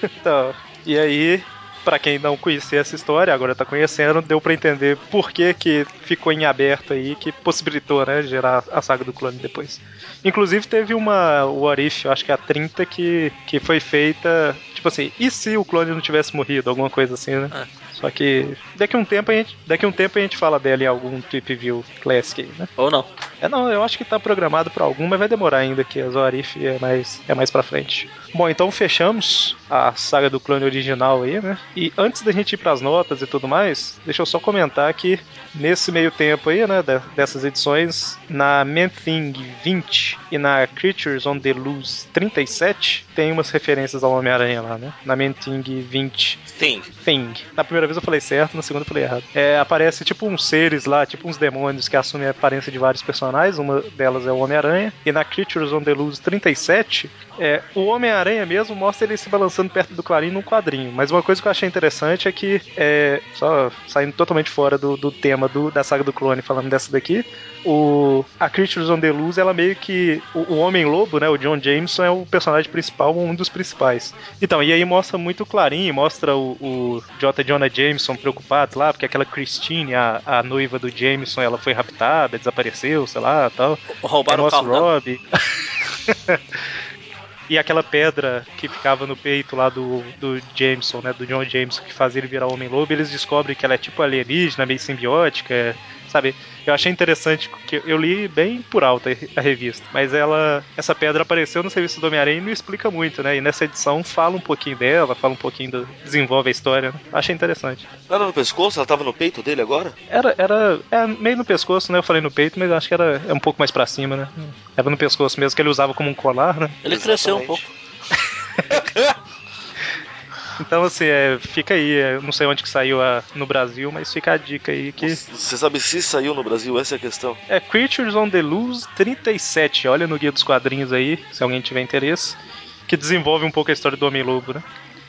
A: Então, e aí, pra quem não conhecia essa história, agora tá conhecendo, deu pra entender por que que ficou em aberto aí, que possibilitou, né, gerar a saga do clone depois. Inclusive teve uma What If, eu acho que é a 30, que, que foi feita, tipo assim, e se o clone não tivesse morrido, alguma coisa assim, né?
B: Ah.
A: Só que daqui a um tempo a gente, daqui a um tempo a gente fala dela em algum Tweep View Classic, aí, né?
B: Ou não.
A: É não, eu acho que tá programado pra algum, mas vai demorar ainda que as Warif é mais é mais para frente. Bom, então fechamos a saga do clone original aí, né? E antes da gente ir pras notas e tudo mais, deixa eu só comentar que nesse meio tempo aí, né, de- dessas edições, na Man Thing 20 e na Creatures on the Loose 37, tem umas referências ao Homem-Aranha lá, né? Na Man Thing 20
C: Tem.
A: Thing. Na primeira vez eu falei certo, na segunda eu falei errado. É, aparece tipo uns seres lá, tipo uns demônios que assumem a aparência de vários personagens, uma delas é o Homem-Aranha. E na Creatures on the Loose 37, é, o Homem-Aranha mesmo mostra ele se balançando perto do Clarim num quadrinho. Mas uma coisa que eu achei interessante é que, é, só saindo totalmente fora do, do tema do- da saga do clone, falando dessa daqui, o, a Creatures on the Loose, ela meio que. O, o Homem-Lobo, né, o John Jameson, é o personagem principal, um dos principais. Então, e aí mostra muito o Clarim, mostra o, o J. Jonah Jameson preocupado lá, porque aquela Christine, a, a noiva do Jameson, ela foi raptada, desapareceu, sei lá, tal. Era
B: Roubaram
A: o
B: o
A: nosso
B: carro. dela.
A: Rob. e aquela pedra que ficava no peito lá do, do Jameson, né? Do John Jameson, que fazia ele virar Homem-Lobo, eles descobrem que ela é tipo alienígena, meio simbiótica, sabe? Eu achei interessante, que eu li bem por alta a revista, mas ela. Essa pedra apareceu no serviço do Homem-Aranha e não explica muito, né? E nessa edição fala um pouquinho dela, fala um pouquinho do. desenvolve a história. Né? Achei interessante.
C: Ela era no pescoço? Ela tava no peito dele agora?
A: Era, era, é, meio no pescoço, né? Eu falei no peito, mas eu acho que era é um pouco mais pra cima, né? Era no pescoço mesmo, que ele usava como um colar, né?
B: Ele cresceu um pouco.
C: Exatamente.
A: Então, assim, é, fica aí. é, não sei onde que saiu a- no Brasil, mas fica a dica aí que...
C: Você sabe se saiu no Brasil? Essa é a questão.
A: É Creatures on the Loose 37. Olha no Guia dos Quadrinhos aí, se alguém tiver interesse. Que desenvolve um pouco a história do Homem-Lobo, né?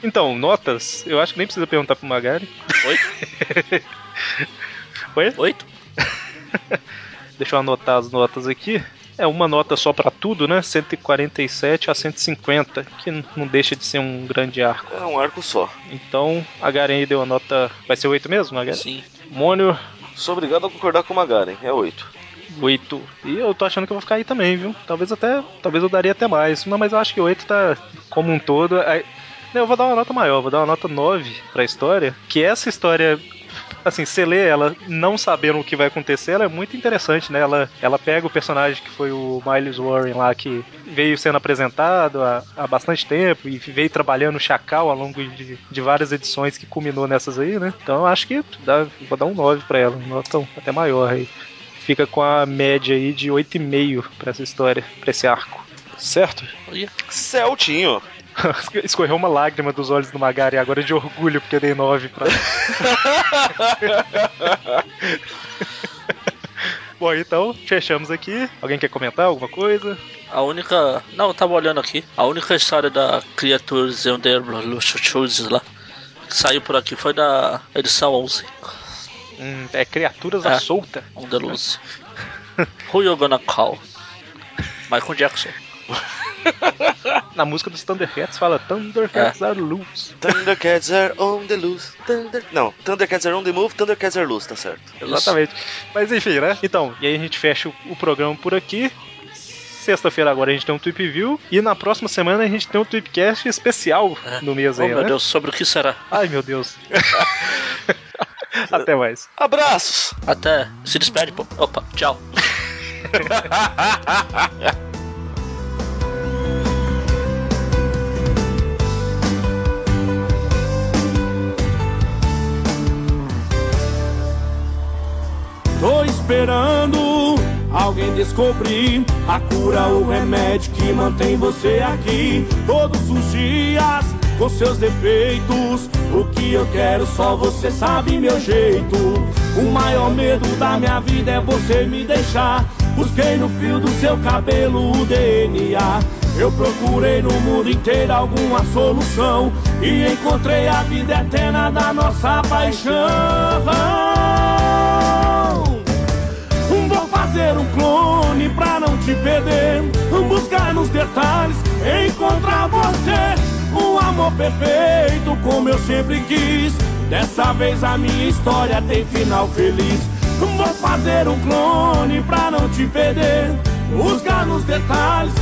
A: Então, notas. Eu acho que nem precisa perguntar pro Magari.
B: Oito?
A: Deixa eu anotar as notas aqui. é uma nota só pra tudo, né? 147 a 150, que n- não deixa de ser um grande arco.
C: É um arco só.
A: Então, a Garen deu a nota. Vai ser 8 mesmo, a Garen?
B: Sim.
A: Mônio,
C: Sou obrigado a concordar com o Magaren, é 8.
A: 8. E eu tô achando que eu vou ficar aí também, viu? Talvez até. Talvez eu daria até mais. Não, mas eu acho que 8 tá como um todo. Aí- Não, eu vou dar uma nota maior, vou dar uma nota 9 pra história. Que essa história. Assim, você lê ela não sabendo o que vai acontecer, ela é muito interessante, né? Ela, ela pega o personagem que foi o Miles Warren lá, que veio sendo apresentado há, há bastante tempo e veio trabalhando o Chacal ao longo de, de várias edições que culminou nessas aí, né? Então eu acho que dá, vou dar um 9 pra ela, uma nota até maior aí fica com a média aí de 8,5 pra essa história, pra esse arco. Certo?
B: Olha,
C: Celtinho!
A: Escorreu uma lágrima dos olhos do Magari agora é de orgulho, porque eu dei 9 pra. Bom, então, fechamos aqui. Alguém quer comentar alguma coisa?
B: A única. Não, eu tava olhando aqui. A única história da Creatures and the Luxuries lá que saiu por aqui foi da edição 11.
A: Hum, é Criaturas
B: É.
A: à Solta.
B: On the Loose. Who you gonna call? Michael Jackson.
A: Na música dos Thundercats fala Thundercats are loose.
C: Thundercats are on the loose. Thunder... Não, Thundercats are on the move, Thundercats are loose, tá certo.
A: Exatamente. Mas enfim, né? Então, e aí a gente fecha o, o programa por aqui. Sexta-feira agora a gente tem um Tweep View. E na próxima semana a gente tem um Tweepcast especial
B: É.
A: no mês
B: Oh
A: aí,
B: meu
A: né?
B: Deus, sobre o que será?
A: Ai, meu Deus. Até mais.
C: Abraços!
B: Até se despede, pô. Opa, tchau.
E: Tô esperando alguém descobrir a cura, o remédio que mantém você aqui todos os dias com seus defeitos. O que eu quero só você sabe meu jeito. O maior medo da minha vida é você me deixar. Busquei no fio do seu cabelo o DNA. Eu procurei no mundo inteiro alguma solução e encontrei a vida eterna da nossa paixão. Vou fazer um clone pra não te perder. Um Buscar nos detalhes, encontrar você. Um amor perfeito, como eu sempre quis. Dessa vez a minha história tem final feliz. Vou fazer um clone pra não te perder. Buscar nos detalhes,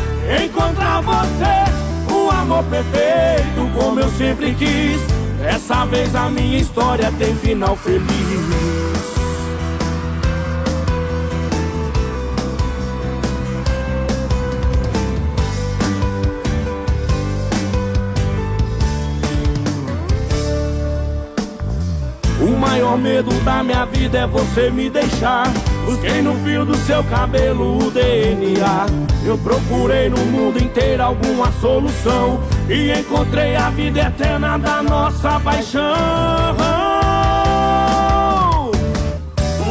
E: encontrar você. Um amor perfeito, como eu sempre quis. Dessa vez a minha história tem final feliz. O maior medo da minha vida é você me deixar. Busquei no fio do seu cabelo o DNA. Eu procurei no mundo inteiro alguma solução. E encontrei a vida eterna da nossa paixão.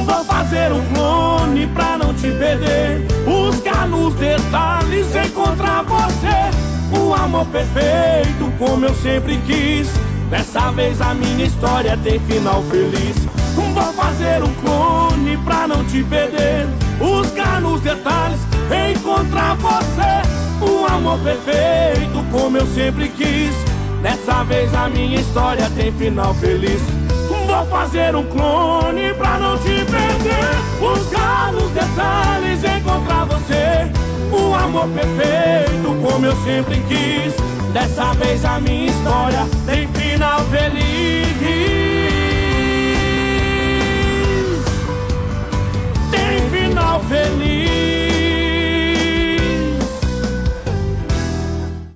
E: Vou fazer um clone pra não te perder. Buscar nos detalhes, encontrar você. Um amor perfeito, como eu sempre quis. Dessa vez a minha história tem final feliz. Vou fazer um clone pra não te perder. Buscar nos detalhes, encontrar você. Um amor perfeito, como eu sempre quis. Dessa vez a minha história tem final feliz. Vou fazer um clone pra não te perder. Buscar nos detalhes, encontrar você. Um amor perfeito, como eu sempre quis. Dessa vez a minha história tem final feliz. Tem final feliz.